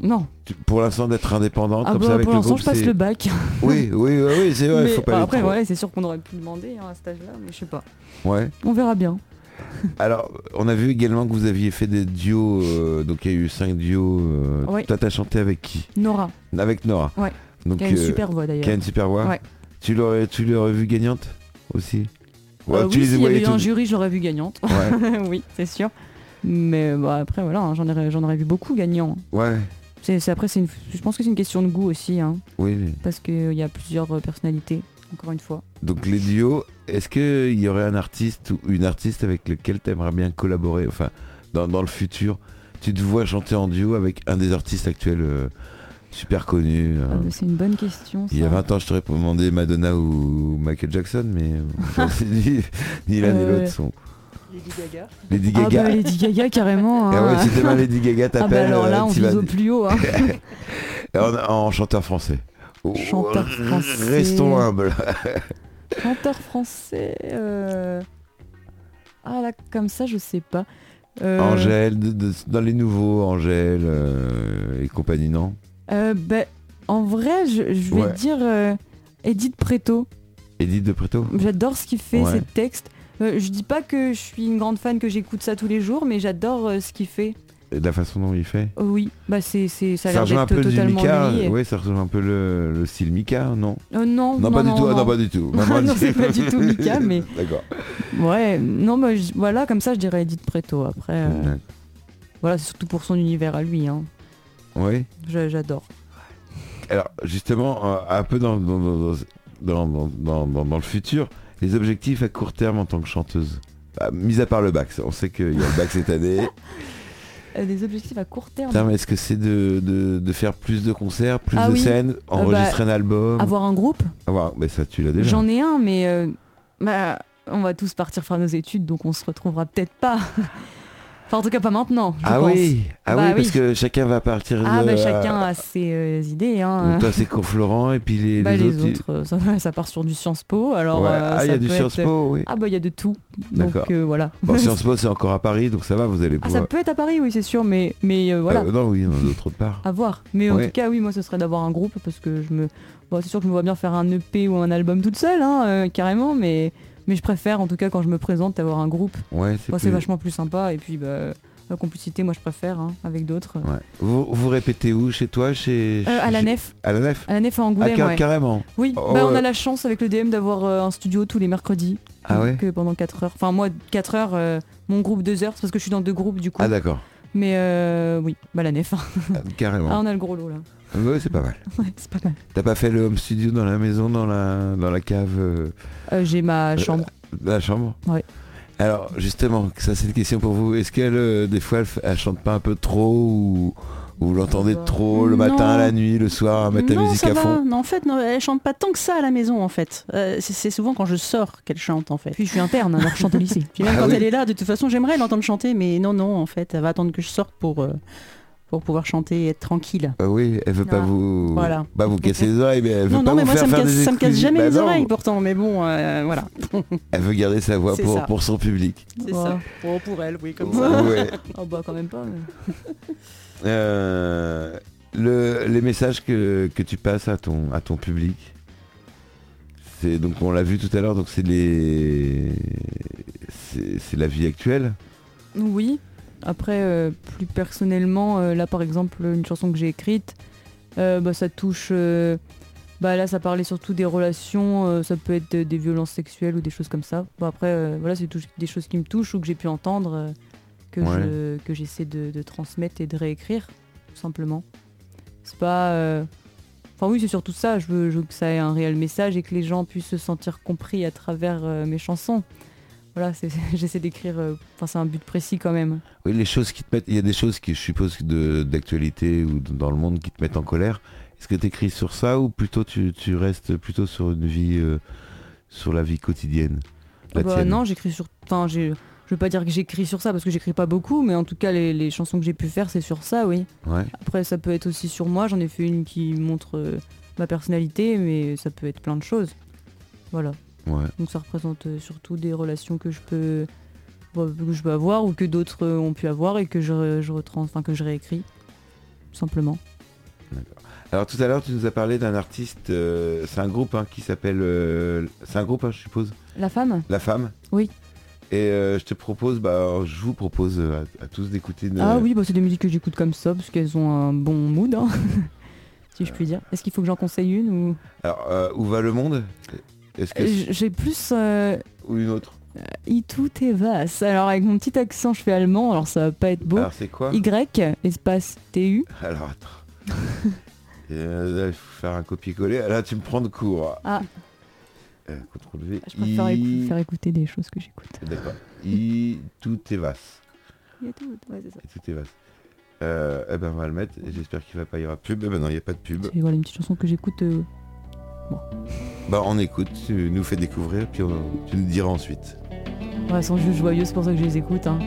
S4: Non.
S1: tu- pour l'instant d'être indépendant
S4: Ah
S1: comme
S4: bah,
S1: ça avec
S4: pour
S1: le
S4: l'instant,
S1: groupe,
S4: je passe
S1: c'est-
S4: le bac.
S1: oui, oui, oui, oui, c'est vrai,
S4: Mais-
S1: faut pas
S4: bah,
S1: aller
S4: après,
S1: trop-
S4: ouais, c'est sûr qu'on aurait pu demander hein, à cet âge-là, mais je sais pas.
S1: Ouais.
S4: On verra bien.
S1: Alors, on a vu également que vous aviez fait des duos, euh, donc il y a eu cinq duos. euh,
S4: Ouais.
S1: Toi, t'as chanté avec qui
S4: Nora,
S1: Avec Nora.
S4: Ouais.
S1: Donc,
S4: qui a une
S1: euh,
S4: super voix d'ailleurs.
S1: qui a une super voix.
S4: Ouais.
S1: Tu l'aurais, tu l'aurais vue gagnante aussi. Ouais,
S4: Euh,
S1: tu
S4: oui, s'il y
S1: voyais
S4: avait eu un
S1: toutes-
S4: jury, je l'aurais vu gagnante.
S1: Ouais,
S4: oui, c'est sûr. Mais bah, après, voilà, hein, j'en aurais, j'en aurais vu beaucoup gagnants.
S1: ouais,
S4: C'est, c'est- après, c'est une, je pense que c'est une question de goût aussi, hein,
S1: oui.
S4: parce qu'il y a plusieurs euh, personnalités, encore une fois.
S1: Donc les duos, est-ce qu'il y aurait un artiste ou une artiste avec lequel tu aimerais bien collaborer, enfin dans, dans le futur Tu te vois chanter en duo avec un des artistes actuels euh, super connus euh.
S4: Ah, bah, c'est une bonne question.
S1: Il y a
S4: ça.
S1: 20 ans, je t'aurais demandé Madonna ou Michael Jackson, mais euh, aujourd'hui, ni, ni l'un ni
S4: Euh,
S1: l'autre sont.
S5: Lady Gaga.
S1: Lady
S4: Ah
S1: Gaga.
S4: bah, Lady Gaga, carrément.
S1: Ah
S4: hein.
S1: ouais, si demain Lady Gaga
S4: Ah bah,
S1: t'appelle,
S4: alors là,
S1: euh,
S4: on
S1: t'y
S4: vise
S1: vas-
S4: au plus haut. hein.
S1: en, en chanteur français. Oh,
S4: Chanteur
S1: r-
S4: français.
S1: Restons humbles.
S4: Chanteur français. euh, Ah là, comme ça, je sais pas. Euh,
S1: Angèle, de- de- dans les nouveaux, Angèle euh, et compagnie, non
S4: euh, bah, en vrai, je, je vais
S1: Ouais.
S4: dire euh, Edith Preto.
S1: Edith de Preto
S4: J'adore ce qu'il fait,
S1: Ouais.
S4: ses textes. Euh, je dis pas que je suis une grande fan, que j'écoute ça tous les jours, mais j'adore euh, ce qu'il fait.
S1: Et de la façon dont il fait
S4: Oh oui, bah c'est, c'est, ça a l'air
S1: rejoint un
S4: d'être
S1: peu du
S4: totalement
S1: Mika,
S4: lui.
S1: ouais, ça rejoint un peu le, le style Mika, non
S4: Euh, non,
S1: non,
S4: non,
S1: pas
S4: non,
S1: du tout, ah, non,
S4: non.
S1: pas du tout.
S4: Non, c'est pas du tout Mika, mais-
S1: D'accord.
S4: Ouais, non, mais je- voilà, comme ça, je dirais Edith Preto. Après, euh, voilà, c'est surtout pour son univers à lui. hein.
S1: Oui.
S4: Je- j'adore.
S1: Alors, justement, euh, un peu dans, dans, dans, dans, dans- dans- dans- dans le futur, les objectifs à court terme en tant que chanteuse Bah, Mis à part le bac, on sait qu'il y a le bac cette année.
S4: Euh, des objectifs à court terme.
S1: Putain, mais est-ce que c'est de, de- de faire plus de concerts, plus
S4: Ah
S1: de
S4: oui. bah,
S1: scènes, enregistrer un album
S4: Avoir un groupe
S1: avoir- Mais ça, tu l'as déjà.
S4: J'en ai un, mais euh, bah, on va tous partir faire nos études, donc on se retrouvera peut-être pas. enfin, en tout cas, pas maintenant. je
S1: Ah
S4: pense.
S1: oui, Euh, ah
S4: Bah
S1: oui, parce
S4: oui.
S1: que chacun va partir.
S4: Ah,
S1: de-
S4: bah, chacun a ses euh, idées. Hein.
S1: Donc toi c'est cours Florent et puis les,
S4: Bah,
S1: les
S4: les
S1: autres. ils-
S4: autres, euh, ça, va, ça part sur du Sciences Po. Alors,
S1: Ouais.
S4: euh,
S1: ah, il y
S4: ça
S1: a du
S4: peut
S1: Sciences
S4: être-
S1: Po, oui.
S4: Ah, bah, il y a de tout.
S1: D'accord.
S4: Donc, euh, voilà.
S1: Bon, Sciences Po, c'est encore à Paris, donc ça va, vous allez
S4: ah, ça
S1: pouvoir.
S4: peut être à Paris, oui, c'est sûr, mais, mais euh, voilà. Ah,
S1: Euh, non, oui, non, d'autre part.
S4: À voir. Mais en
S1: Ouais.
S4: tout cas, oui, moi, ce serait d'avoir un groupe parce que je me. Bon, c'est sûr que je me vois bien faire un EP ou un album toute seule, hein, euh, carrément, mais... mais je préfère, en tout cas, quand je me présente, d'avoir un groupe.
S1: Ouais, c'est
S4: Bon, c'est
S1: plus-
S4: vachement plus sympa. Et puis, bah, La complicité, moi je préfère, hein, avec d'autres.
S1: Ouais. Vous, vous répétez où Chez toi chez,
S4: Euh, à la
S1: chez-
S4: nef,
S1: À la nef
S4: à la nef à
S1: Ah,
S4: Angoulême,
S1: car-
S4: ouais.
S1: carrément.
S4: Oui,
S1: Oh,
S4: bah, on
S1: ouais.
S4: a la chance avec le DM d'avoir euh, un studio tous les mercredis.
S1: Ah ouais
S4: Donc, euh, Pendant 4 heures. Enfin, moi, 4 heures, euh, mon groupe 2 heures, c'est parce que je suis dans deux groupes du coup.
S1: Ah d'accord.
S4: Mais euh, oui, bah la nef. hein.
S1: Ah, Carrément.
S4: Ah, on a le gros lot là.
S1: Ouais, c'est pas mal.
S4: Ouais, c'est pas mal.
S1: T'as pas fait le home studio dans la maison, dans la, dans la cave euh,
S4: Euh, J'ai ma
S1: Euh,
S4: chambre.
S1: de la chambre
S4: Ouais.
S1: Alors justement, ça c'est une question pour vous. Est-ce qu'elle, euh, des fois, elle, f- elle chante pas un peu trop ou, ou vous l'entendez
S4: Bah,
S1: trop le matin,
S5: Euh, non.
S1: la nuit, le soir, à mettre la
S5: non,
S1: musique
S5: ça
S1: à
S5: va.
S1: fond
S5: Non, en fait, non, elle chante pas tant que ça à la maison, en fait. Euh, c'est- c'est souvent quand je sors qu'elle chante, en fait.
S4: Puis je suis interne, alors je chante au lycée.
S5: Puis même
S1: Ah
S5: quand
S1: oui.
S5: elle est là, de toute façon, j'aimerais l'entendre chanter, mais non, non, en fait, elle va attendre que je sorte pour, euh, pour pouvoir chanter et être tranquille.
S1: Ah oui, elle veut pas
S4: Ah,
S1: vous,
S5: voilà.
S1: pas vous casser les oreilles, mais elle veut
S5: Non,
S1: pas
S5: non, mais
S1: vous
S5: moi,
S1: faire
S5: ça me,
S1: faire
S5: casse,
S1: des
S5: ça me casse
S1: exclusives.
S5: jamais
S1: Bah
S5: les
S1: non,
S5: oreilles, pourtant, mais bon, euh, voilà.
S1: Elle veut garder sa voix
S5: C'est
S1: pour,
S5: ça.
S1: pour son public.
S5: C'est
S4: Ouais.
S5: ça. Oh, pour elle, oui, comme ça.
S1: Ouais.
S4: Oh bah quand même pas. mais-
S1: Euh, le- les messages que, que tu passes à ton, à ton public, c'est donc on l'a vu tout à l'heure, donc c'est les, c'est c'est la vie actuelle.
S4: Oui. Après, euh, plus personnellement, euh, là par exemple, une chanson que j'ai écrite, euh, bah, ça touche. euh, bah là, ça parlait surtout des relations, euh, ça peut être de- des violences sexuelles ou des choses comme ça. Bon, après, euh, voilà, c'est tout- des choses qui me touchent ou que j'ai pu entendre, euh, que je- que j'essaie de, de transmettre et de réécrire, tout simplement. C'est pas. euh, Enfin oui, c'est surtout ça. Je veux, je veux que ça ait un réel message et que les gens puissent se sentir compris à travers euh, mes chansons. Voilà, c'est- j'essaie d'écrire. euh, Enfin, c'est un but précis quand même.
S1: Oui, les choses qui te mettent, il y a des choses qui, je suppose, de- d'actualité ou de- dans le monde qui te mettent en colère. Est-ce que tu écris sur ça ou plutôt tu, tu restes plutôt sur une vie, euh, sur la vie quotidienne la
S4: Bah,
S1: tienne
S4: non, j'écris sur. Enfin, j'ai- je veux pas dire que j'écris sur ça parce que j'écris pas beaucoup, mais en tout cas, les, les chansons que j'ai pu faire, c'est sur ça, oui.
S1: Ouais.
S4: Après, ça peut être aussi sur moi. J'en ai fait une qui montre euh, ma personnalité, mais ça peut être plein de choses. Voilà.
S1: Ouais.
S4: Donc ça représente euh, surtout des relations que je peux bon, que je peux avoir ou que d'autres euh, ont pu avoir et que je, je retrans, enfin que je réécris tout simplement.
S1: Alors tout à l'heure, tu nous as parlé d'un artiste. euh, c'est un groupe hein, qui s'appelle. euh, c'est un groupe, hein, je suppose.
S4: La femme
S1: La femme.
S4: Oui.
S1: Et euh, je te propose, bah, je vous propose euh, à, à tous d'écouter. une-
S4: Ah oui, bah, c'est des musiques que j'écoute comme ça parce qu'elles ont un bon mood, hein, si je puis dire. Est-ce qu'il faut que j'en conseille une ou
S1: Alors euh, où va le monde Est-ce que
S4: J- j'ai plus euh,
S1: ou une autre
S4: I tout est vaste. Alors avec mon petit accent, je fais allemand, alors ça va pas être beau.
S1: Alors c'est quoi
S4: Y espace TU.
S1: Alors attends. Euh, là, il faut faire un copier-coller. Ah, Là, tu me prends de court.
S4: Ah.
S1: Euh, Ctrl V.
S4: Je préfère écou-
S1: I...
S4: faire écouter des choses que j'écoute.
S1: D'accord. I tout est vaste. Et tout est vaste. Euh, eh ben on va le mettre. Et J'espère qu'il va pas y avoir de pub. Eh ben non, il n'y a pas de pub.
S4: C'est voilà, une petite chanson que j'écoute euh,
S1: Bah on écoute, tu nous fais découvrir, puis on- tu nous diras ensuite.
S4: Ouais, elles sont juste joyeuses, c'est pour ça que je les écoute. hein.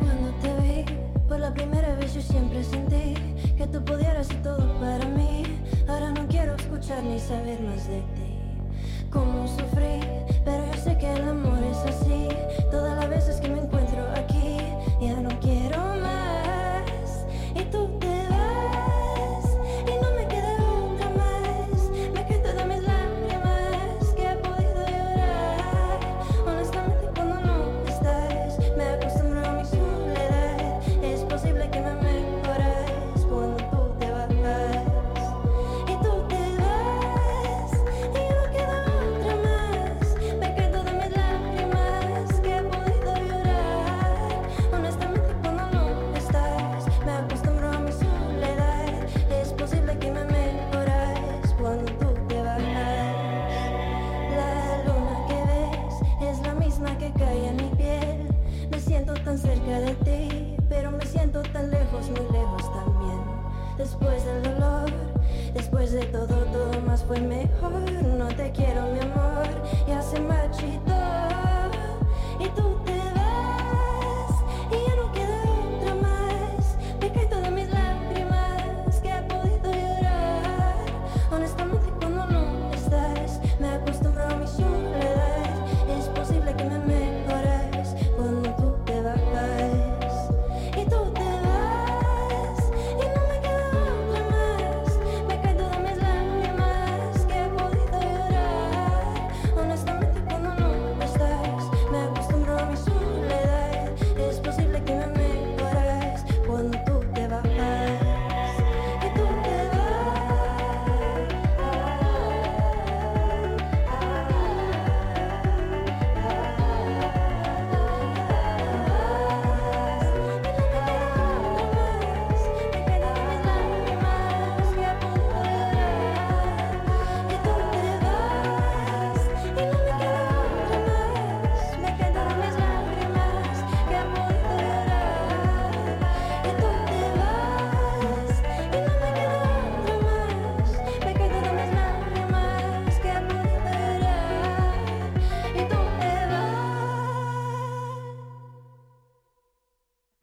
S7: Cuando te vi por la primera vez yo siempre sentí que tú pudieras y todo para mí. Ahora no quiero escuchar ni saber más de ti. Cómo sufrí, pero yo sé que el amor es así. Todas las veces que me encuentro aquí ya no quiero más. Y tú te vas y no me queda otra más. Me quedo de mis lágrimas que he podido llorar. Honestamente cuando no estás me acostumbro a mi soledad. Es posible que me mejoras cuando tú te vas. Y tú te vas y yo no quedo otra más. Me quedo de mis lágrimas que he podido llorar. Honestamente cuando no estás me acostumbro a mi soledad. Es posible que me mejoras cuando tú te vas. La luna que ves es la misma que cae en mi piel. Me siento tan cerca de ti, pero me siento tan lejos, muy lejos también. Después del dolor, después de todo, todo más fue mejor. No te quiero, mi amor, ya se marchito. Y tú te vas, y ya no queda otra más.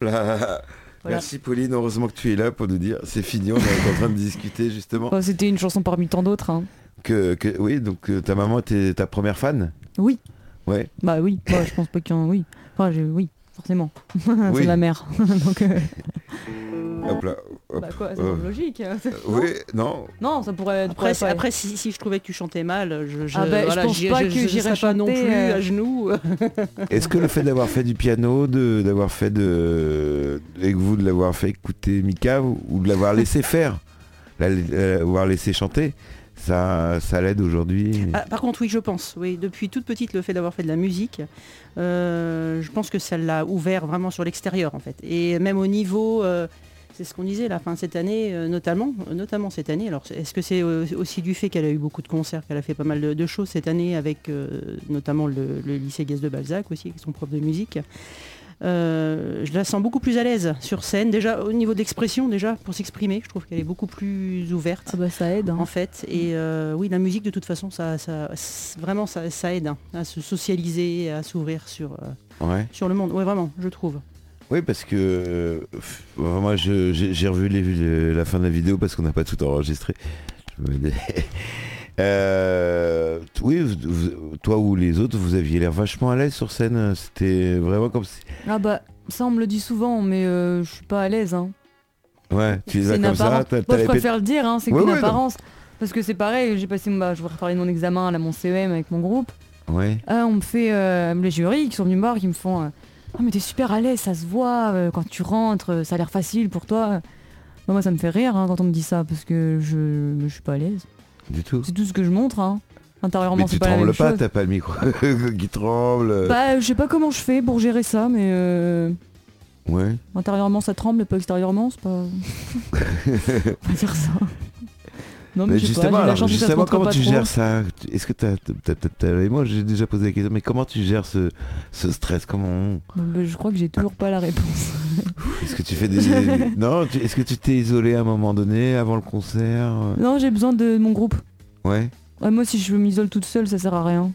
S1: là.
S4: Voilà.
S1: Merci Pauline, heureusement que tu es là pour nous dire. C'est fini, on est en train de discuter justement.
S4: Bon, C'était une chanson parmi tant d'autres. hein.
S1: Que, que- oui, donc euh, ta maman était ta première fan
S4: Oui.
S1: Ouais.
S4: Bah oui, Bah, je pense pas qu'il y en Oui. Enfin, je- oui, forcément.
S1: Oui.
S4: C'est ma mère. Donc, euh,
S1: Hop là. Hop.
S4: bah quoi, c'est
S1: Euh.
S4: logique.
S1: Oui, non.
S4: Non, ça pourrait. ça
S5: Après,
S4: pourrait
S5: si,
S4: pas-
S5: après si, si je trouvais que tu chantais mal, je, je,
S4: Ah bah, je
S5: voilà,
S4: pense
S5: j'y-
S4: pas que
S5: je, je
S4: j'irais
S5: serais pas non
S4: chanter,
S5: plus
S4: euh,
S5: à genoux.
S1: Est-ce que le fait d'avoir fait du piano, de d'avoir fait de et que vous de l'avoir fait écouter Mika ou ou de l'avoir laissé faire, la- la- l'avoir laissé chanter, ça ça l'aide aujourd'hui.
S5: Ah, par contre, oui, je pense. Oui, depuis toute petite, le fait d'avoir fait de la musique, euh, je pense que ça l'a ouvert vraiment sur l'extérieur, en fait. Et même au niveau, euh, c'est ce qu'on disait la fin cette année, euh, notamment, notamment cette année. Alors, est-ce que c'est euh, aussi du fait qu'elle a eu beaucoup de concerts, qu'elle a fait pas mal de, de choses cette année avec euh, notamment le, le lycée Guest de Balzac aussi, qui est son prof de musique. Euh, je la sens beaucoup plus à l'aise sur scène, déjà au niveau de l'expression, déjà pour s'exprimer. Je trouve qu'elle est beaucoup plus ouverte
S4: Ah bah ça aide. hein.
S5: en fait. Et euh, oui, la musique, de toute façon, ça, ça c'est- vraiment, ça, ça aide hein, à se socialiser, à s'ouvrir sur, euh,
S1: Ouais.
S5: sur le monde. Oui, vraiment, je trouve.
S1: Oui, parce que euh, pff, moi je- j'ai j'ai revu les- les- la fin de la vidéo parce qu'on n'a pas tout enregistré. Je me dis- Euh, t- oui, vous- vous- toi ou les autres, vous aviez l'air vachement à l'aise sur scène. C'était vraiment comme si.
S4: Ah bah ça on me le dit souvent, mais euh, je suis pas à l'aise. hein.
S1: Ouais, tu les
S4: C'est
S1: as
S4: une
S1: comme ça,
S4: apparence.
S1: t'as
S4: Moi,
S1: t'as
S4: je
S1: les pét-
S4: préfère le dire, hein, c'est
S1: Ouais,
S4: qu'une
S1: ouais, non.
S4: apparence. Parce que c'est pareil, j'ai passé, bah, je vous reparler de mon examen, là, mon CEM avec mon groupe.
S1: Ouais.
S4: Ah, on me fait euh, les jurys qui sont venus me voir, qui me font euh, Ah, mais t'es super à l'aise, ça se voit, euh, quand tu rentres, euh, ça a l'air facile pour toi. Bah, moi, ça me fait rire hein, quand on me dit ça, parce que je, je suis pas à l'aise.
S1: Du tout.
S4: C'est tout ce que je montre, hein.
S1: Mais
S4: Intérieurement, c'est
S1: tu
S4: pas la même
S1: trembles pas,
S4: chose.
S1: t'as euh, pas le micro qui tremble.
S4: Bah, je sais pas comment je fais pour gérer ça, mais euh,
S1: Ouais.
S4: intérieurement, ça tremble, pas extérieurement, c'est pas. on va dire ça. Non,
S1: Mais
S4: je sais pas,
S1: justement,
S4: j'ai la
S1: alors,
S4: chance que ça se
S1: justement
S4: montre
S1: comment
S4: pas
S1: tu
S4: trop.
S1: gères ça Est-ce que t'as. t'as- t'as- t'as- Moi, j'ai déjà posé la question, mais comment tu gères ce, ce stress Comment.
S4: Bah, Je crois que j'ai toujours pas la réponse.
S1: Est-ce que tu fais des. non, tu- est-ce que tu t'es isolé à un moment donné avant le concert euh,
S4: Non, j'ai besoin de mon groupe.
S1: Ouais.
S4: Ouais, moi, si je m'isole toute seule, ça sert à rien.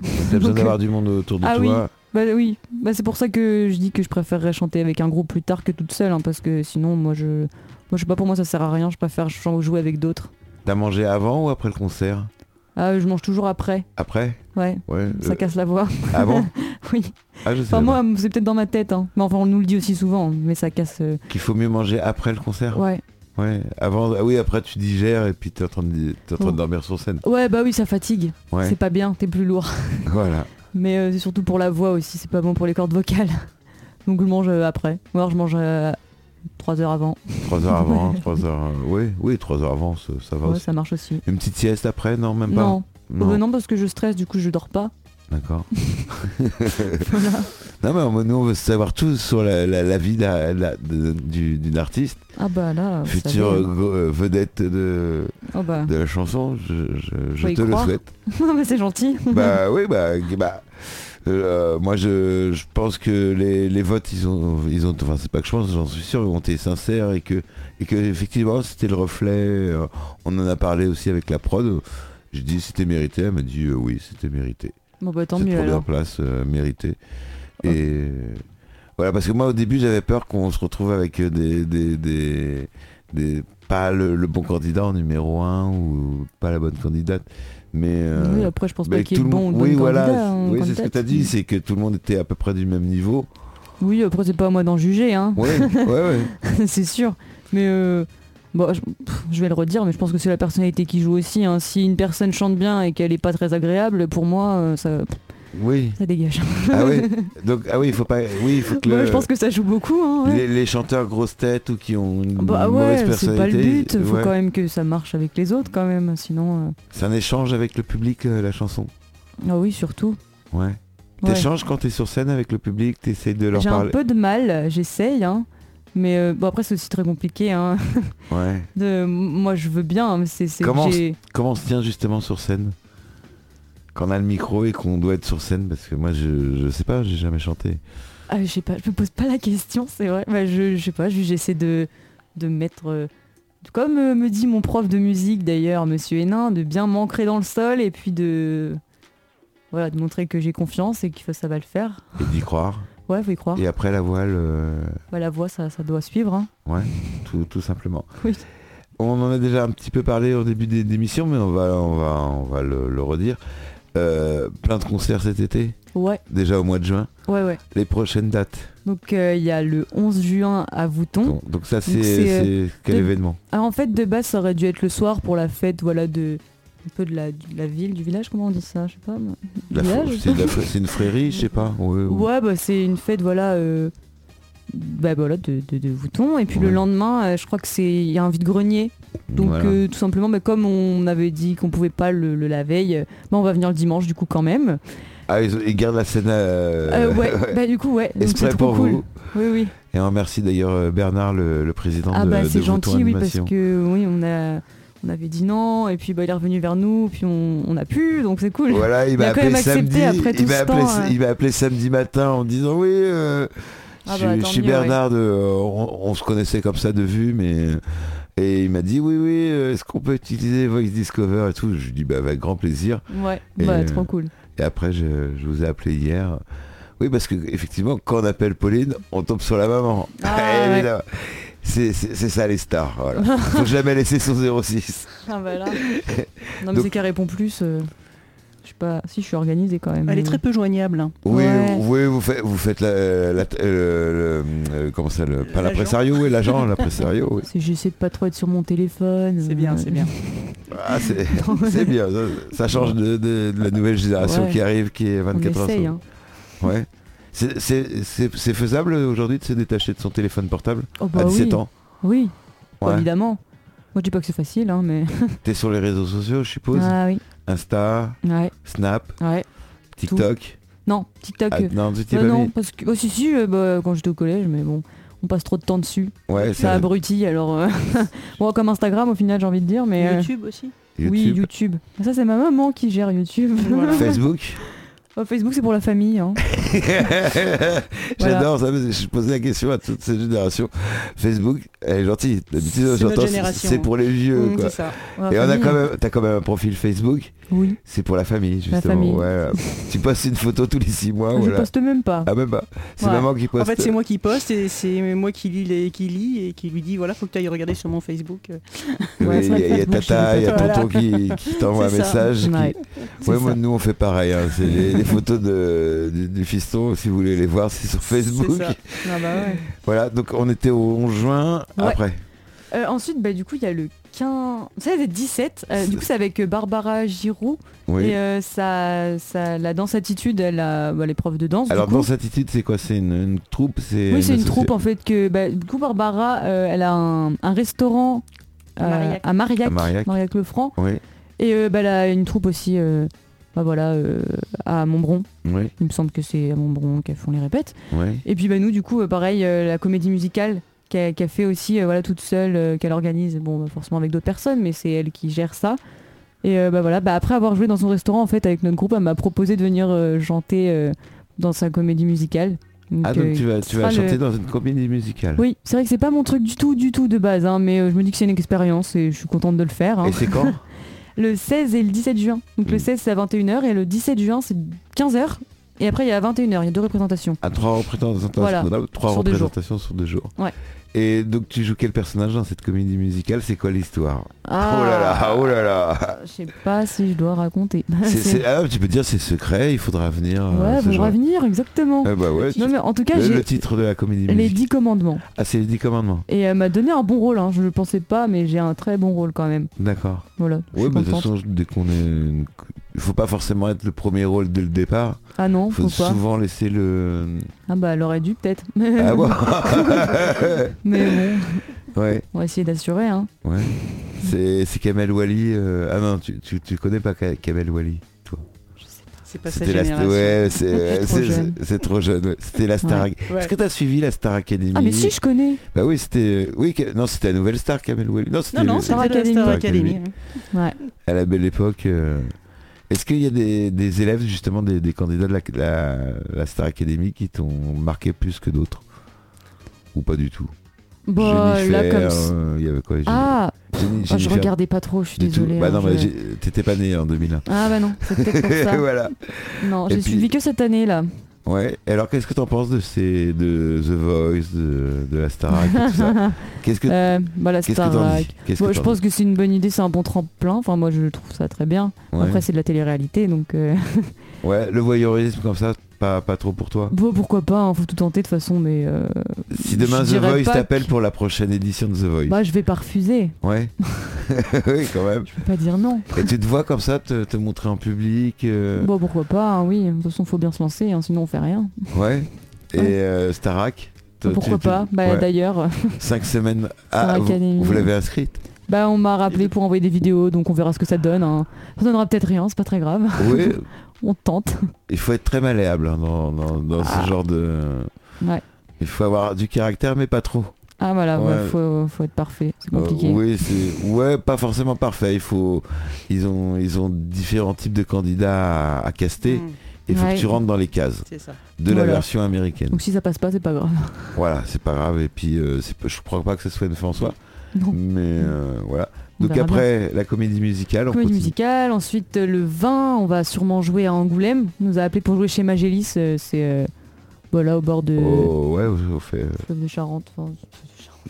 S1: T'as besoin
S4: Donc, euh,
S1: d'avoir du monde autour de
S4: ah oui.
S1: toi.
S4: Bah oui, bah, c'est pour ça que je dis que je préférerais chanter avec un groupe plus tard que toute seule, hein, parce que sinon, moi, je, moi, je sais pas, pour moi, ça sert à rien. Je préfère ch- jouer avec d'autres.
S1: T'as mangé avant ou après le concert
S4: Ah, je mange toujours après.
S1: Après
S4: Ouais,
S1: Ouais.
S4: ça
S1: euh,
S4: casse la voix.
S1: avant
S4: oui.
S1: Ah, je sais
S4: Enfin,
S1: pas.
S4: moi, c'est peut-être dans ma tête, hein. Mais enfin, on nous le dit aussi souvent, mais ça casse. euh,
S1: Qu'il faut mieux manger après le concert
S4: Ouais.
S1: Ouais. Avant. ah oui, après tu digères et puis t'es en train de, t'es en train de
S4: Oh.
S1: dormir sur scène.
S4: Ouais, bah oui, ça fatigue.
S1: Ouais.
S4: C'est pas bien, t'es plus lourd.
S1: Voilà.
S4: Mais euh, c'est surtout pour la voix aussi, c'est pas bon pour les cordes vocales. Donc je mange euh, après. Ou alors je mange euh, trois heures avant.
S1: Trois heures avant, trois heures. euh, Oui, oui, trois heures avant, ça, ça va
S4: Ouais,
S1: aussi.
S4: ça marche aussi.
S1: Une petite sieste après, non, Bah, même
S4: Non.
S1: pas.
S4: Euh, non, parce que je stresse, du coup je dors pas.
S1: D'accord. Non, mais on- nous, on veut savoir tout sur la, la- la vie d'un- la- de- du- d'une artiste,
S4: Ah bah là. vous
S1: future
S4: savez.
S1: euh, go- euh, vedette de,
S4: Oh bah.
S1: de la chanson. Je, je- je
S4: Faut y
S1: te le
S4: croire.
S1: souhaite.
S4: bah c'est gentil.
S1: bah oui, bah. g- bah, euh, moi, je, je pense que les, les votes, ils ont, ils ont, enfin, c'est pas que je pense, j'en suis sûr, ils ont été sincères et que, et que effectivement, c'était le reflet. euh, on en a parlé aussi avec la prod. J'ai dit c'était mérité, elle m'a dit euh, oui, c'était mérité.
S4: Bon bah tant
S1: Cette
S4: mieux
S1: première
S4: alors.
S1: place euh, méritée.
S4: Oh.
S1: Et euh, voilà, parce que moi au début j'avais peur qu'on se retrouve avec euh, des, des, des, des- pas le, le bon candidat en numéro 1 ou pas la bonne candidate. Mais euh,
S4: Oui, après je pense
S1: mais
S4: pas qu'il y ait
S1: tout
S4: de
S1: le
S4: bon ou
S1: monde-
S4: de
S1: oui,
S4: bonne
S1: voilà,
S4: candidat, hein,
S1: oui, c'est ce que
S4: candidate.
S1: tu as dit, c'est que tout le monde était à peu près du même niveau.
S4: Oui, après c'est pas à moi d'en juger, hein.
S1: Ouais, ouais, ouais.
S4: c'est sûr. Mais euh, bon, je, pff, je vais le redire, mais je pense que c'est la personnalité qui joue aussi. hein. Si une personne chante bien et qu'elle est pas très agréable, pour moi, euh, ça,
S1: Oui.
S4: ça dégage.
S1: Ah oui. Donc ah oui, il faut pas oui, il faut que le-
S4: Ouais, je pense que ça joue beaucoup. hein, ouais.
S1: les, les chanteurs grosses têtes ou qui ont une
S4: Bah
S1: mauvaise
S4: ouais, c'est pas le
S1: personnalité,
S4: but. Faut
S1: ouais.
S4: quand même que ça marche avec les autres, quand même. Sinon, euh,
S1: c'est un échange avec le public euh, la chanson.
S4: ah oui, surtout.
S1: Ouais.
S4: Ouais.
S1: T'échanges quand t'es sur scène avec le public, t'essayes de leur
S4: J'ai un
S1: parler.
S4: peu de mal, j'essaye. hein. Mais euh, bon, après, c'est aussi très compliqué. hein.
S1: Ouais.
S4: De, moi, je veux bien, hein, mais c'est c'est que
S1: Comment
S4: j'ai-
S1: Comment on se tient justement sur scène Quand on a le micro et qu'on doit être sur scène, parce que moi je, je sais pas, j'ai jamais chanté.
S4: Ah, je sais pas, je me pose pas la question, c'est vrai. Bah, je, je sais pas, juste j'essaie de, de mettre. euh, comme euh, me dit mon prof de musique d'ailleurs, monsieur Hénin, de bien m'ancrer dans le sol et puis de. Voilà, de montrer que j'ai confiance et que ça va le faire.
S1: Et d'y croire.
S4: Ouais, faut y croire.
S1: Et après la voile, euh,
S4: Bah, la voix, ça, ça doit suivre. hein.
S1: ouais, tout, tout simplement.
S4: Oui.
S1: On en a déjà un petit peu parlé au début des d'émission, mais on va, on va, on va le, le redire. Euh, plein de concerts cet été,
S4: Ouais,
S1: déjà au mois de juin.
S4: ouais, ouais.
S1: Les prochaines dates.
S4: Donc euh, il y a le 11 juin à Vouton.
S1: Donc, donc ça c'est
S4: Mmh. c'est, euh,
S1: c'est quel
S4: de-
S1: événement
S4: Alors en fait de base ça aurait dû être le soir pour la fête voilà de un peu de la, de la ville, du village, comment on dit ça Je sais pas. moi.
S1: La fr-
S4: Village
S1: C'est de la fr- c'est une frérie, je sais pas. Ouais, ou-
S4: Ouais bah c'est une fête voilà euh, bah voilà de, de, de Vouton. Et puis le
S1: Ouais.
S4: lendemain euh, je crois que c'est il y a un vide-grenier. Donc
S1: Voilà.
S4: euh, tout simplement bah, comme on avait dit qu'on pouvait pas le, le la veille, euh, bah, on va venir le dimanche du coup quand même.
S1: Ah, ils, ils gardent la scène. euh,
S4: Euh, ouais, bah du coup ouais. Donc,
S1: Exprès
S4: c'est trop
S1: pour
S4: cool.
S1: vous.
S4: Oui oui.
S1: Et on remercie d'ailleurs euh, Bernard, le, le président
S4: Ah
S1: de,
S4: bah
S1: de
S4: c'est
S1: Vautour
S4: gentil, oui, parce
S1: Animation.
S4: que oui, on a on avait dit non, et puis bah, il est revenu vers nous, puis on, on a pu, donc c'est cool.
S1: Voilà, il
S4: Il
S1: m'a
S4: a quand
S1: appelé
S4: même accepté
S1: samedi.
S4: après
S1: il
S4: tout
S1: m'a
S4: ce
S1: appelé,
S4: temps, euh.
S1: il m'a appelé samedi matin en me disant oui. euh,
S4: Ah
S1: je,
S4: bah,
S1: je
S4: tant
S1: suis
S4: mieux,
S1: Bernard, de- euh, on, on se connaissait comme ça de vue, mais et il m'a dit oui, oui. euh, Est-ce qu'on peut utiliser Voice Discover et tout Je lui dis bah avec grand plaisir.
S4: Ouais,
S1: Et,
S4: bah
S1: euh,
S4: trop cool.
S1: Et après, je, je vous ai appelé hier. Oui, parce que effectivement, quand on appelle Pauline, on tombe sur la maman.
S4: Ah,
S1: Eh,
S4: ouais.
S1: évidemment. C'est c'est- c'est ça les stars. Voilà. Faut jamais laisser son 06.
S4: Ah bah là. Non mais
S1: Donc-
S4: c'est qu'elle répond plus. euh, Je sais pas, si je suis organisée quand même.
S5: Elle est très peu joignable. hein.
S1: Oui,
S4: Ouais.
S1: oui, vous faites, vous faites la, la- euh, le- euh, comment ça, le, pas
S5: L'agent.
S1: l'impresario, oui, l'agent, l'impresario. Oui.
S4: C'est- J'essaie de pas trop être sur mon téléphone.
S5: C'est
S4: euh,
S5: bien, c'est bien.
S1: Ah, c'est c'est bien. Ça, ça change de, de- de la nouvelle génération
S4: Ouais.
S1: qui arrive, qui est
S4: On
S1: 24 heures.
S4: essaye.
S1: sur-
S4: hein.
S1: Ouais. C'est- C'est c'est- c'est faisable aujourd'hui de se détacher de son téléphone portable
S4: Oh bah
S1: à 17
S4: oui.
S1: ans.
S4: Oui, bah,
S1: Ouais.
S4: évidemment. Moi je dis pas que c'est facile, hein, mais.
S1: T'es sur les réseaux sociaux, je suppose.
S4: Ah oui,
S1: Insta,
S4: ouais,
S1: Snap,
S4: ouais.
S1: TikTok.
S4: Non, TikTok.
S1: Ah,
S4: euh,
S1: non, tu t'es
S4: bah
S1: pas
S4: non,
S1: mis.
S4: parce que. oh, si, si, euh, bah, quand j'étais au collège, mais bon, on passe trop de temps dessus.
S1: Ouais,
S4: Ça
S1: ça,
S4: abrutit alors. euh, bon, comme Instagram au final, j'ai envie de dire, mais. euh,
S5: YouTube aussi.
S4: Oui,
S1: YouTube.
S4: YouTube. Ça, c'est ma maman qui gère YouTube.
S5: Voilà.
S1: Facebook.
S4: Oh, Facebook, c'est pour la famille. hein.
S1: J'adore ça, parce que je posais la question à toute cette génération. Facebook, elle est gentille.
S5: C'est
S1: D'habitude,
S5: notre
S1: j'entends, c'est-
S5: génération.
S1: c'est pour les vieux.
S5: Mm,
S1: Euh, quoi.
S5: c'est ça.
S4: Pour la
S1: Et on a
S4: famille.
S1: quand même, t'as quand même un profil Facebook,
S4: Oui,
S1: c'est pour la famille, justement.
S4: famille.
S1: ouais. tu postes une photo tous les six mois,
S4: je
S1: Oh, voilà.
S4: poste même pas.
S1: Ah même pas. C'est
S5: Ouais.
S1: maman qui poste.
S5: En fait, c'est moi qui poste et c'est moi qui lis, les, qui lis et qui lui dit voilà, faut que tu ailles regarder sur mon Facebook. euh.
S1: Oui,
S4: Ouais, c'est
S1: il y a- il y a
S4: Facebook, je sais
S1: Tata, il y a
S5: pas.
S1: tonton qui, qui t'envoie un
S5: C'est ça.
S1: message. qui-
S4: Ouais, c'est
S1: Ouais, moi,
S4: ça.
S1: nous on fait pareil. hein. C'est les, les photos de, du, du fiston, si vous voulez les voir, c'est sur Facebook.
S5: ça.
S4: Ah bah ouais.
S1: Voilà, donc on était au 11 juin.
S4: Ouais.
S1: Après,
S4: Euh, ensuite, bah, du coup, il y a le 15. Ça, c'est 17. Euh,
S1: C'est-
S4: du coup, c'est avec euh, Barbara Giroux.
S1: oui.
S4: Et euh, ça, ça, la danse attitude, elle a bah, l'épreuve de danse. du
S1: Alors
S4: coup.
S1: dans cette attitude, c'est quoi C'est une, une troupe C'est
S4: Oui, c'est une
S1: associ-
S4: troupe en fait que bah, du coup Barbara, euh, elle a un, un restaurant euh,
S5: À Marillac.
S4: à Marillac,
S1: À Marillac.
S4: le Franc,
S1: Oui,
S4: et euh, bah, elle a une troupe aussi, euh, bah, voilà, euh, à Montbron.
S1: oui,
S4: Il me semble que c'est à Montbron qu'elles font les répètes.
S1: oui.
S4: Et puis bah, nous, du coup, euh, pareil, euh, la comédie musicale qu'elle qu'elle fait aussi, euh, voilà, toute seule, euh, qu'elle organise, bon, bah, forcément avec d'autres personnes, mais c'est elle qui gère ça. Et euh, bah voilà, bah, après avoir joué dans son restaurant en fait avec notre groupe, elle m'a proposé de venir euh, chanter euh, dans sa comédie musicale.
S1: Ah donc
S4: euh,
S1: tu vas,
S4: ce
S1: tu vas
S4: sera le-
S1: chanter dans une comédie musicale.
S4: oui, c'est vrai que c'est pas mon truc du tout, du tout de base, hein, mais euh, je me dis que c'est une expérience et je suis contente de le faire. hein.
S1: Et c'est quand
S4: Le 16 et le 17 juin. Donc
S1: Mm.
S4: le 16 c'est à 21h et le 17 juin c'est 15h. Et après il y a 21h, il y a deux représentations.
S1: À trois représentations,
S4: Voilà.
S1: trois
S4: Sur deux
S1: représentations sur deux jours.
S4: Ouais.
S1: Et donc tu joues quel personnage dans cette comédie musicale C'est quoi l'histoire
S4: Ah,
S1: Oh là là, oh là là
S4: Je sais pas si je dois raconter.
S1: C'est-
S4: C'est-
S1: c'est- ah, Tu peux dire c'est secret, il faudra venir. euh,
S4: Ouais,
S1: ce
S4: vous
S1: jour-là.
S4: revenir, exactement.
S1: Ah bah ouais,
S4: Non mais en tout cas
S1: le,
S4: j'ai
S1: le titre de la comédie
S4: les
S1: musicale.
S4: 10 commandements.
S1: Ah c'est les 10 commandements.
S4: Et elle m'a donné un bon rôle, hein. je le pensais pas, mais j'ai un très bon rôle quand même.
S1: D'accord.
S4: Voilà. je
S1: Ouais,
S4: suis
S1: mais de toute
S4: contente.
S1: façon, dès qu'on est... une- Il faut pas forcément être le premier rôle dès le départ.
S4: Ah non,
S1: faut
S4: faut pas.
S1: souvent laisser le...
S4: Ah bah elle aurait dû peut-être.
S1: Ah bon
S4: mais bon,
S1: Ouais,
S4: on va essayer d'assurer. Hein.
S1: ouais. C'est c'est Kamel Wally. euh, Ah non, tu, tu, tu connais pas Ka- Kamel Wally toi.
S5: C'est pas sa
S1: C'était la
S5: génération.
S1: ouais, c'est
S4: Je suis
S1: euh,
S4: trop
S1: c'est-
S4: jeune.
S1: c'est- c'est trop jeune. ouais. C'était la Star. Ac-
S5: Ouais.
S1: Est-ce que t'as suivi la Star Academy
S4: Ah mais si je connais.
S1: Bah oui, c'était oui, que- non, c'était la nouvelle Star Kamel Wally. Non,
S5: Non,
S1: c'était
S5: non,
S4: Star
S5: c'était la
S4: Academy.
S5: Star
S1: Star
S5: Academy.
S1: Academy.
S4: Ouais.
S1: à la belle époque. euh, Est-ce qu'il y a des, des élèves justement des, des candidats de la, la- la Star Academy qui t'ont marqué plus que d'autres ou pas du tout
S4: Bah, là,
S1: Jennifer,
S4: comme... ça-
S1: euh, il y avait quoi Jenny-
S4: Ah,
S1: Jenny-
S4: ah, je
S1: Jennifer,
S4: regardais pas trop, je suis
S1: du tout.
S4: désolée.
S1: Bah
S4: hein,
S1: non,
S4: je-
S1: mais j'ai- t'étais pas né en 2001.
S4: Ah bah non, c'est peut-être pour ça.
S1: voilà.
S4: Non,
S1: Et
S4: j'ai
S1: puis-
S4: suivi que cette année là.
S1: Ouais. Et alors, qu'est-ce que t'en penses de ces, de The Voice, de, de la Starac et tout ça Qu'est-ce que,
S4: Euh, bah, la
S1: qu'est-ce que t'en
S4: Starac.
S1: dis Qu'est-ce
S4: Moi,
S1: que
S4: je
S1: t'en
S4: pense
S1: dis
S4: que c'est une bonne idée, c'est un bon tremplin. Enfin, moi, je trouve ça très bien.
S1: ouais.
S4: Après, c'est de la télé-réalité, donc euh,
S1: Ouais, le voyeurisme comme ça, pas, pas trop pour toi.
S4: bon, pourquoi pas. hein, faut tout tenter de toute façon, mais euh,
S1: Si demain
S4: Je
S1: The
S4: dirais
S1: Voice
S4: pas
S1: t'appelle
S4: que-
S1: pour la prochaine édition de The Voice.
S4: bah, je vais pas refuser.
S1: Ouais. oui, quand même.
S4: Je peux pas dire non.
S1: Et tu te vois comme ça te, te montrer en public euh,
S4: Bon, pourquoi pas. hein, oui, de toute façon, faut bien se lancer, hein, sinon on fait rien.
S1: Ouais. Et
S4: Ouais.
S1: euh, Starac toi, tu-
S4: pourquoi
S1: tu-
S4: pas. Bah,
S1: ouais.
S4: d'ailleurs, euh,
S1: Cinq semaines. Ah, vous,
S4: Academy.
S1: vous l'avez inscrite
S4: bah, on m'a rappelé pour envoyer des vidéos, donc on verra ce que ça donne. hein. Ça donnera peut-être rien, c'est pas très grave.
S1: Oui.
S4: On tente.
S1: Il faut être très malléable hein, dans, dans- dans ce genre de.
S4: Ah. Ouais.
S1: Il faut avoir du caractère, mais pas trop.
S4: Ah voilà,
S1: Ouais.
S4: ouais, faut, faut être parfait. C'est
S1: Euh,
S4: compliqué.
S1: oui, c'est ouais, pas forcément parfait. Il faut, ils ont, ils ont différents types de candidats à, à caster.
S5: Mm,
S1: Il faut
S4: Ouais. Oh
S1: que tu rentres dans les cases
S5: c'est ça.
S1: de la
S4: Voilà.
S1: version américaine.
S4: Donc si ça passe pas, c'est pas grave.
S1: Voilà, c'est pas grave. Et puis, euh, c'est pas- je crois pas que ce soit une fin en soi,
S4: Non.
S1: mais euh, voilà.
S4: On
S1: Donc
S4: verra
S1: après la comédie musicale, on
S4: Comédie
S1: continue.
S4: musicale, ensuite euh, le 20, on va sûrement jouer à Angoulême. On nous a appelé pour jouer chez Magélis, euh, c'est euh, voilà, au bord de
S1: Oh ouais, on fait euh,
S4: fleuve de Charente. enfin,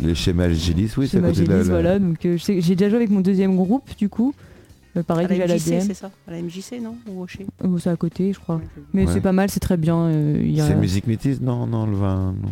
S1: les schémas Gélis, oui, c'est
S4: chez
S1: à côté
S4: Magélis,
S1: de la- la-
S4: voilà. Donc euh, je sais- j'ai déjà joué avec mon deuxième groupe, du coup. Euh, pareil,
S5: À la
S4: déjà à la
S5: MJC,
S4: DM.
S5: c'est ça À la MJC, non Ou au Chez
S4: Oh, c'est à côté, je crois.
S5: Ouais.
S4: Mais
S1: Ouais.
S4: c'est pas mal, c'est très bien. euh, il y a...
S1: C'est musique métisse, non, non, le vin, non, non.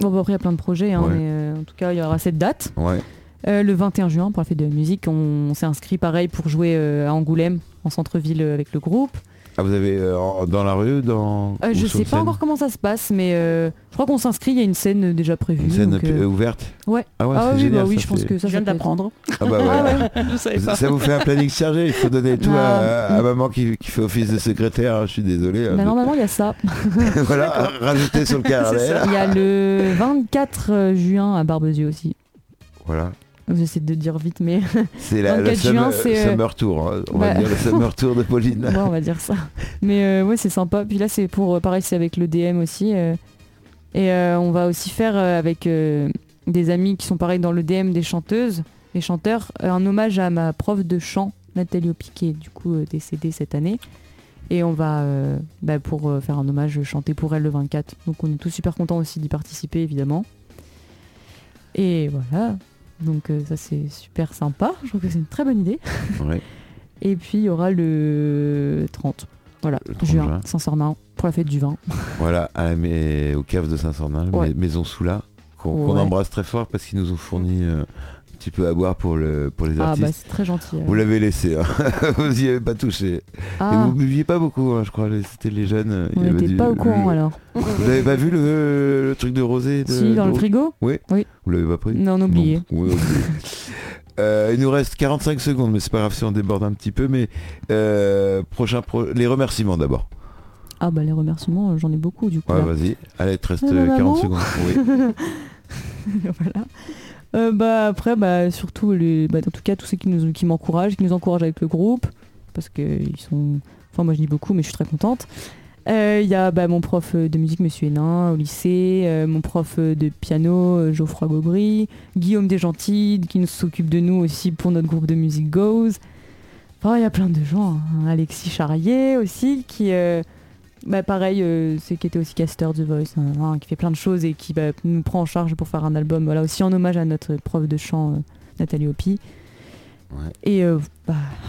S4: Bon, bah, après, il y a plein de projets, hein,
S1: Ouais.
S4: mais euh, en tout cas, il y aura cette date.
S1: Ouais.
S4: Euh, le 21 juin pour la fête de la musique, on, on s'est inscrit pareil pour jouer euh, à Angoulême, en centre-ville euh, avec le groupe.
S1: Ah, vous avez euh, en- dans la rue, dans.
S4: Euh,
S1: ou
S4: je
S1: sur
S4: sais
S1: une
S4: pas
S1: scène
S4: encore comment ça se passe, mais euh, je crois qu'on s'inscrit, il y a une scène euh, déjà prévue.
S1: Une scène
S4: donc, euh,
S1: euh, ouverte
S4: ouais.
S1: Ah ouais,
S4: ah
S1: c'est
S4: oui,
S1: génial,
S4: bah oui,
S1: ça,
S4: je pense
S1: c'est-
S4: que ça,
S5: Je viens
S4: ça
S5: de
S4: peut être-
S5: l'apprendre.
S1: Ah bah ouais.
S5: Je savais
S1: Ça
S5: pas.
S1: ça vous fait un planning chargé, il faut donner tout
S4: Ah.
S1: à, à maman qui, qui fait office de secrétaire, hein, je suis désolé. hein,
S4: Bah, normalement, il y a ça.
S1: de- voilà, rajouter sur le carnet.
S4: Il y a le 24 juin à Barbezieux aussi.
S1: Voilà,
S4: J'essaie de dire vite, mais
S1: c'est la, le
S4: 24 juin,
S1: summer,
S4: c'est, euh,
S1: summer tour, hein, on va
S4: bah-
S1: dire le summer tour de Pauline.
S4: ouais, on va dire ça. Mais euh, ouais, c'est sympa. Puis là, c'est pour euh, pareil, c'est avec le DM aussi. euh. et euh, on va aussi faire euh, avec euh, des amis qui sont pareil dans le DM des chanteuses, des chanteurs, euh, un hommage à ma prof de chant, Nathalie Opiquet, du coup euh, décédée cette année. Et on va, euh, bah, pour euh, faire un hommage, euh, chanter pour elle le 24. Donc on est tous super contents aussi d'y participer, évidemment. Et voilà. Donc euh, ça c'est super sympa. Je trouve que c'est une très bonne idée.
S1: Ouais.
S4: Et puis il y aura le 30. Voilà,
S1: Le 30 juin.
S4: juin, Saint-Sornin, pour la fête du vin.
S1: Voilà, à la mai- au cave de Saint-Sornin,
S4: Ouais.
S1: mais- maison Soula, qu'on qu'on
S4: Ouais.
S1: embrasse très fort parce qu'ils nous ont fourni euh, un petit peu à boire pour, le, pour les
S4: Ah bah
S1: artistes.
S4: c'est très gentil. euh.
S1: Vous l'avez laissé, hein. vous y avez pas touché. Et
S4: Ah,
S1: vous buviez pas beaucoup, hein, je crois. les- C'était les jeunes. euh,
S4: on
S1: il y avait
S4: n'était
S1: du- Euh,
S4: pas au courant
S1: le-
S4: alors.
S1: Vous n'avez pas vu le, le truc de rosé de-
S4: si, dans le
S1: de-
S4: frigo
S1: Vous l'avez pas pris
S4: Non, on a oublié.
S1: Non. Ouais, oublié. Euh, il nous reste 45 secondes, mais c'est pas grave si on déborde un petit peu. Mais euh, prochain pro- les remerciements d'abord.
S4: Ah bah les remerciements, euh, j'en ai beaucoup du coup.
S1: Ouais,
S4: là.
S1: vas-y. Allez, il te reste
S4: Ah,
S1: euh,
S4: maman.
S1: 40 secondes. Oui.
S4: voilà. Euh, bah après, bah surtout, les, bah, en tout cas, tous ceux qui nous qui m'encouragent, qui nous encouragent avec le groupe, parce que ils sont. Enfin, moi je dis beaucoup, mais je suis très contente. Euh, Il y a bah, mon prof de musique, Monsieur Hénin, au lycée, euh, mon prof de piano, euh, Geoffroy Gaubry, Guillaume Desgentils, qui nous s'occupe de nous aussi pour notre groupe de musique Goes. Enfin, il y a plein de gens. hein. Alexis Charrier aussi, qui, euh, bah, pareil, euh, c'est qui était aussi caster de The Voice, hein, hein, qui fait plein de choses et qui bah, nous prend en charge pour faire un album. Voilà, aussi en hommage à notre prof de chant, euh, Nathalie Hopi.
S1: Ouais.
S4: Et euh, bah,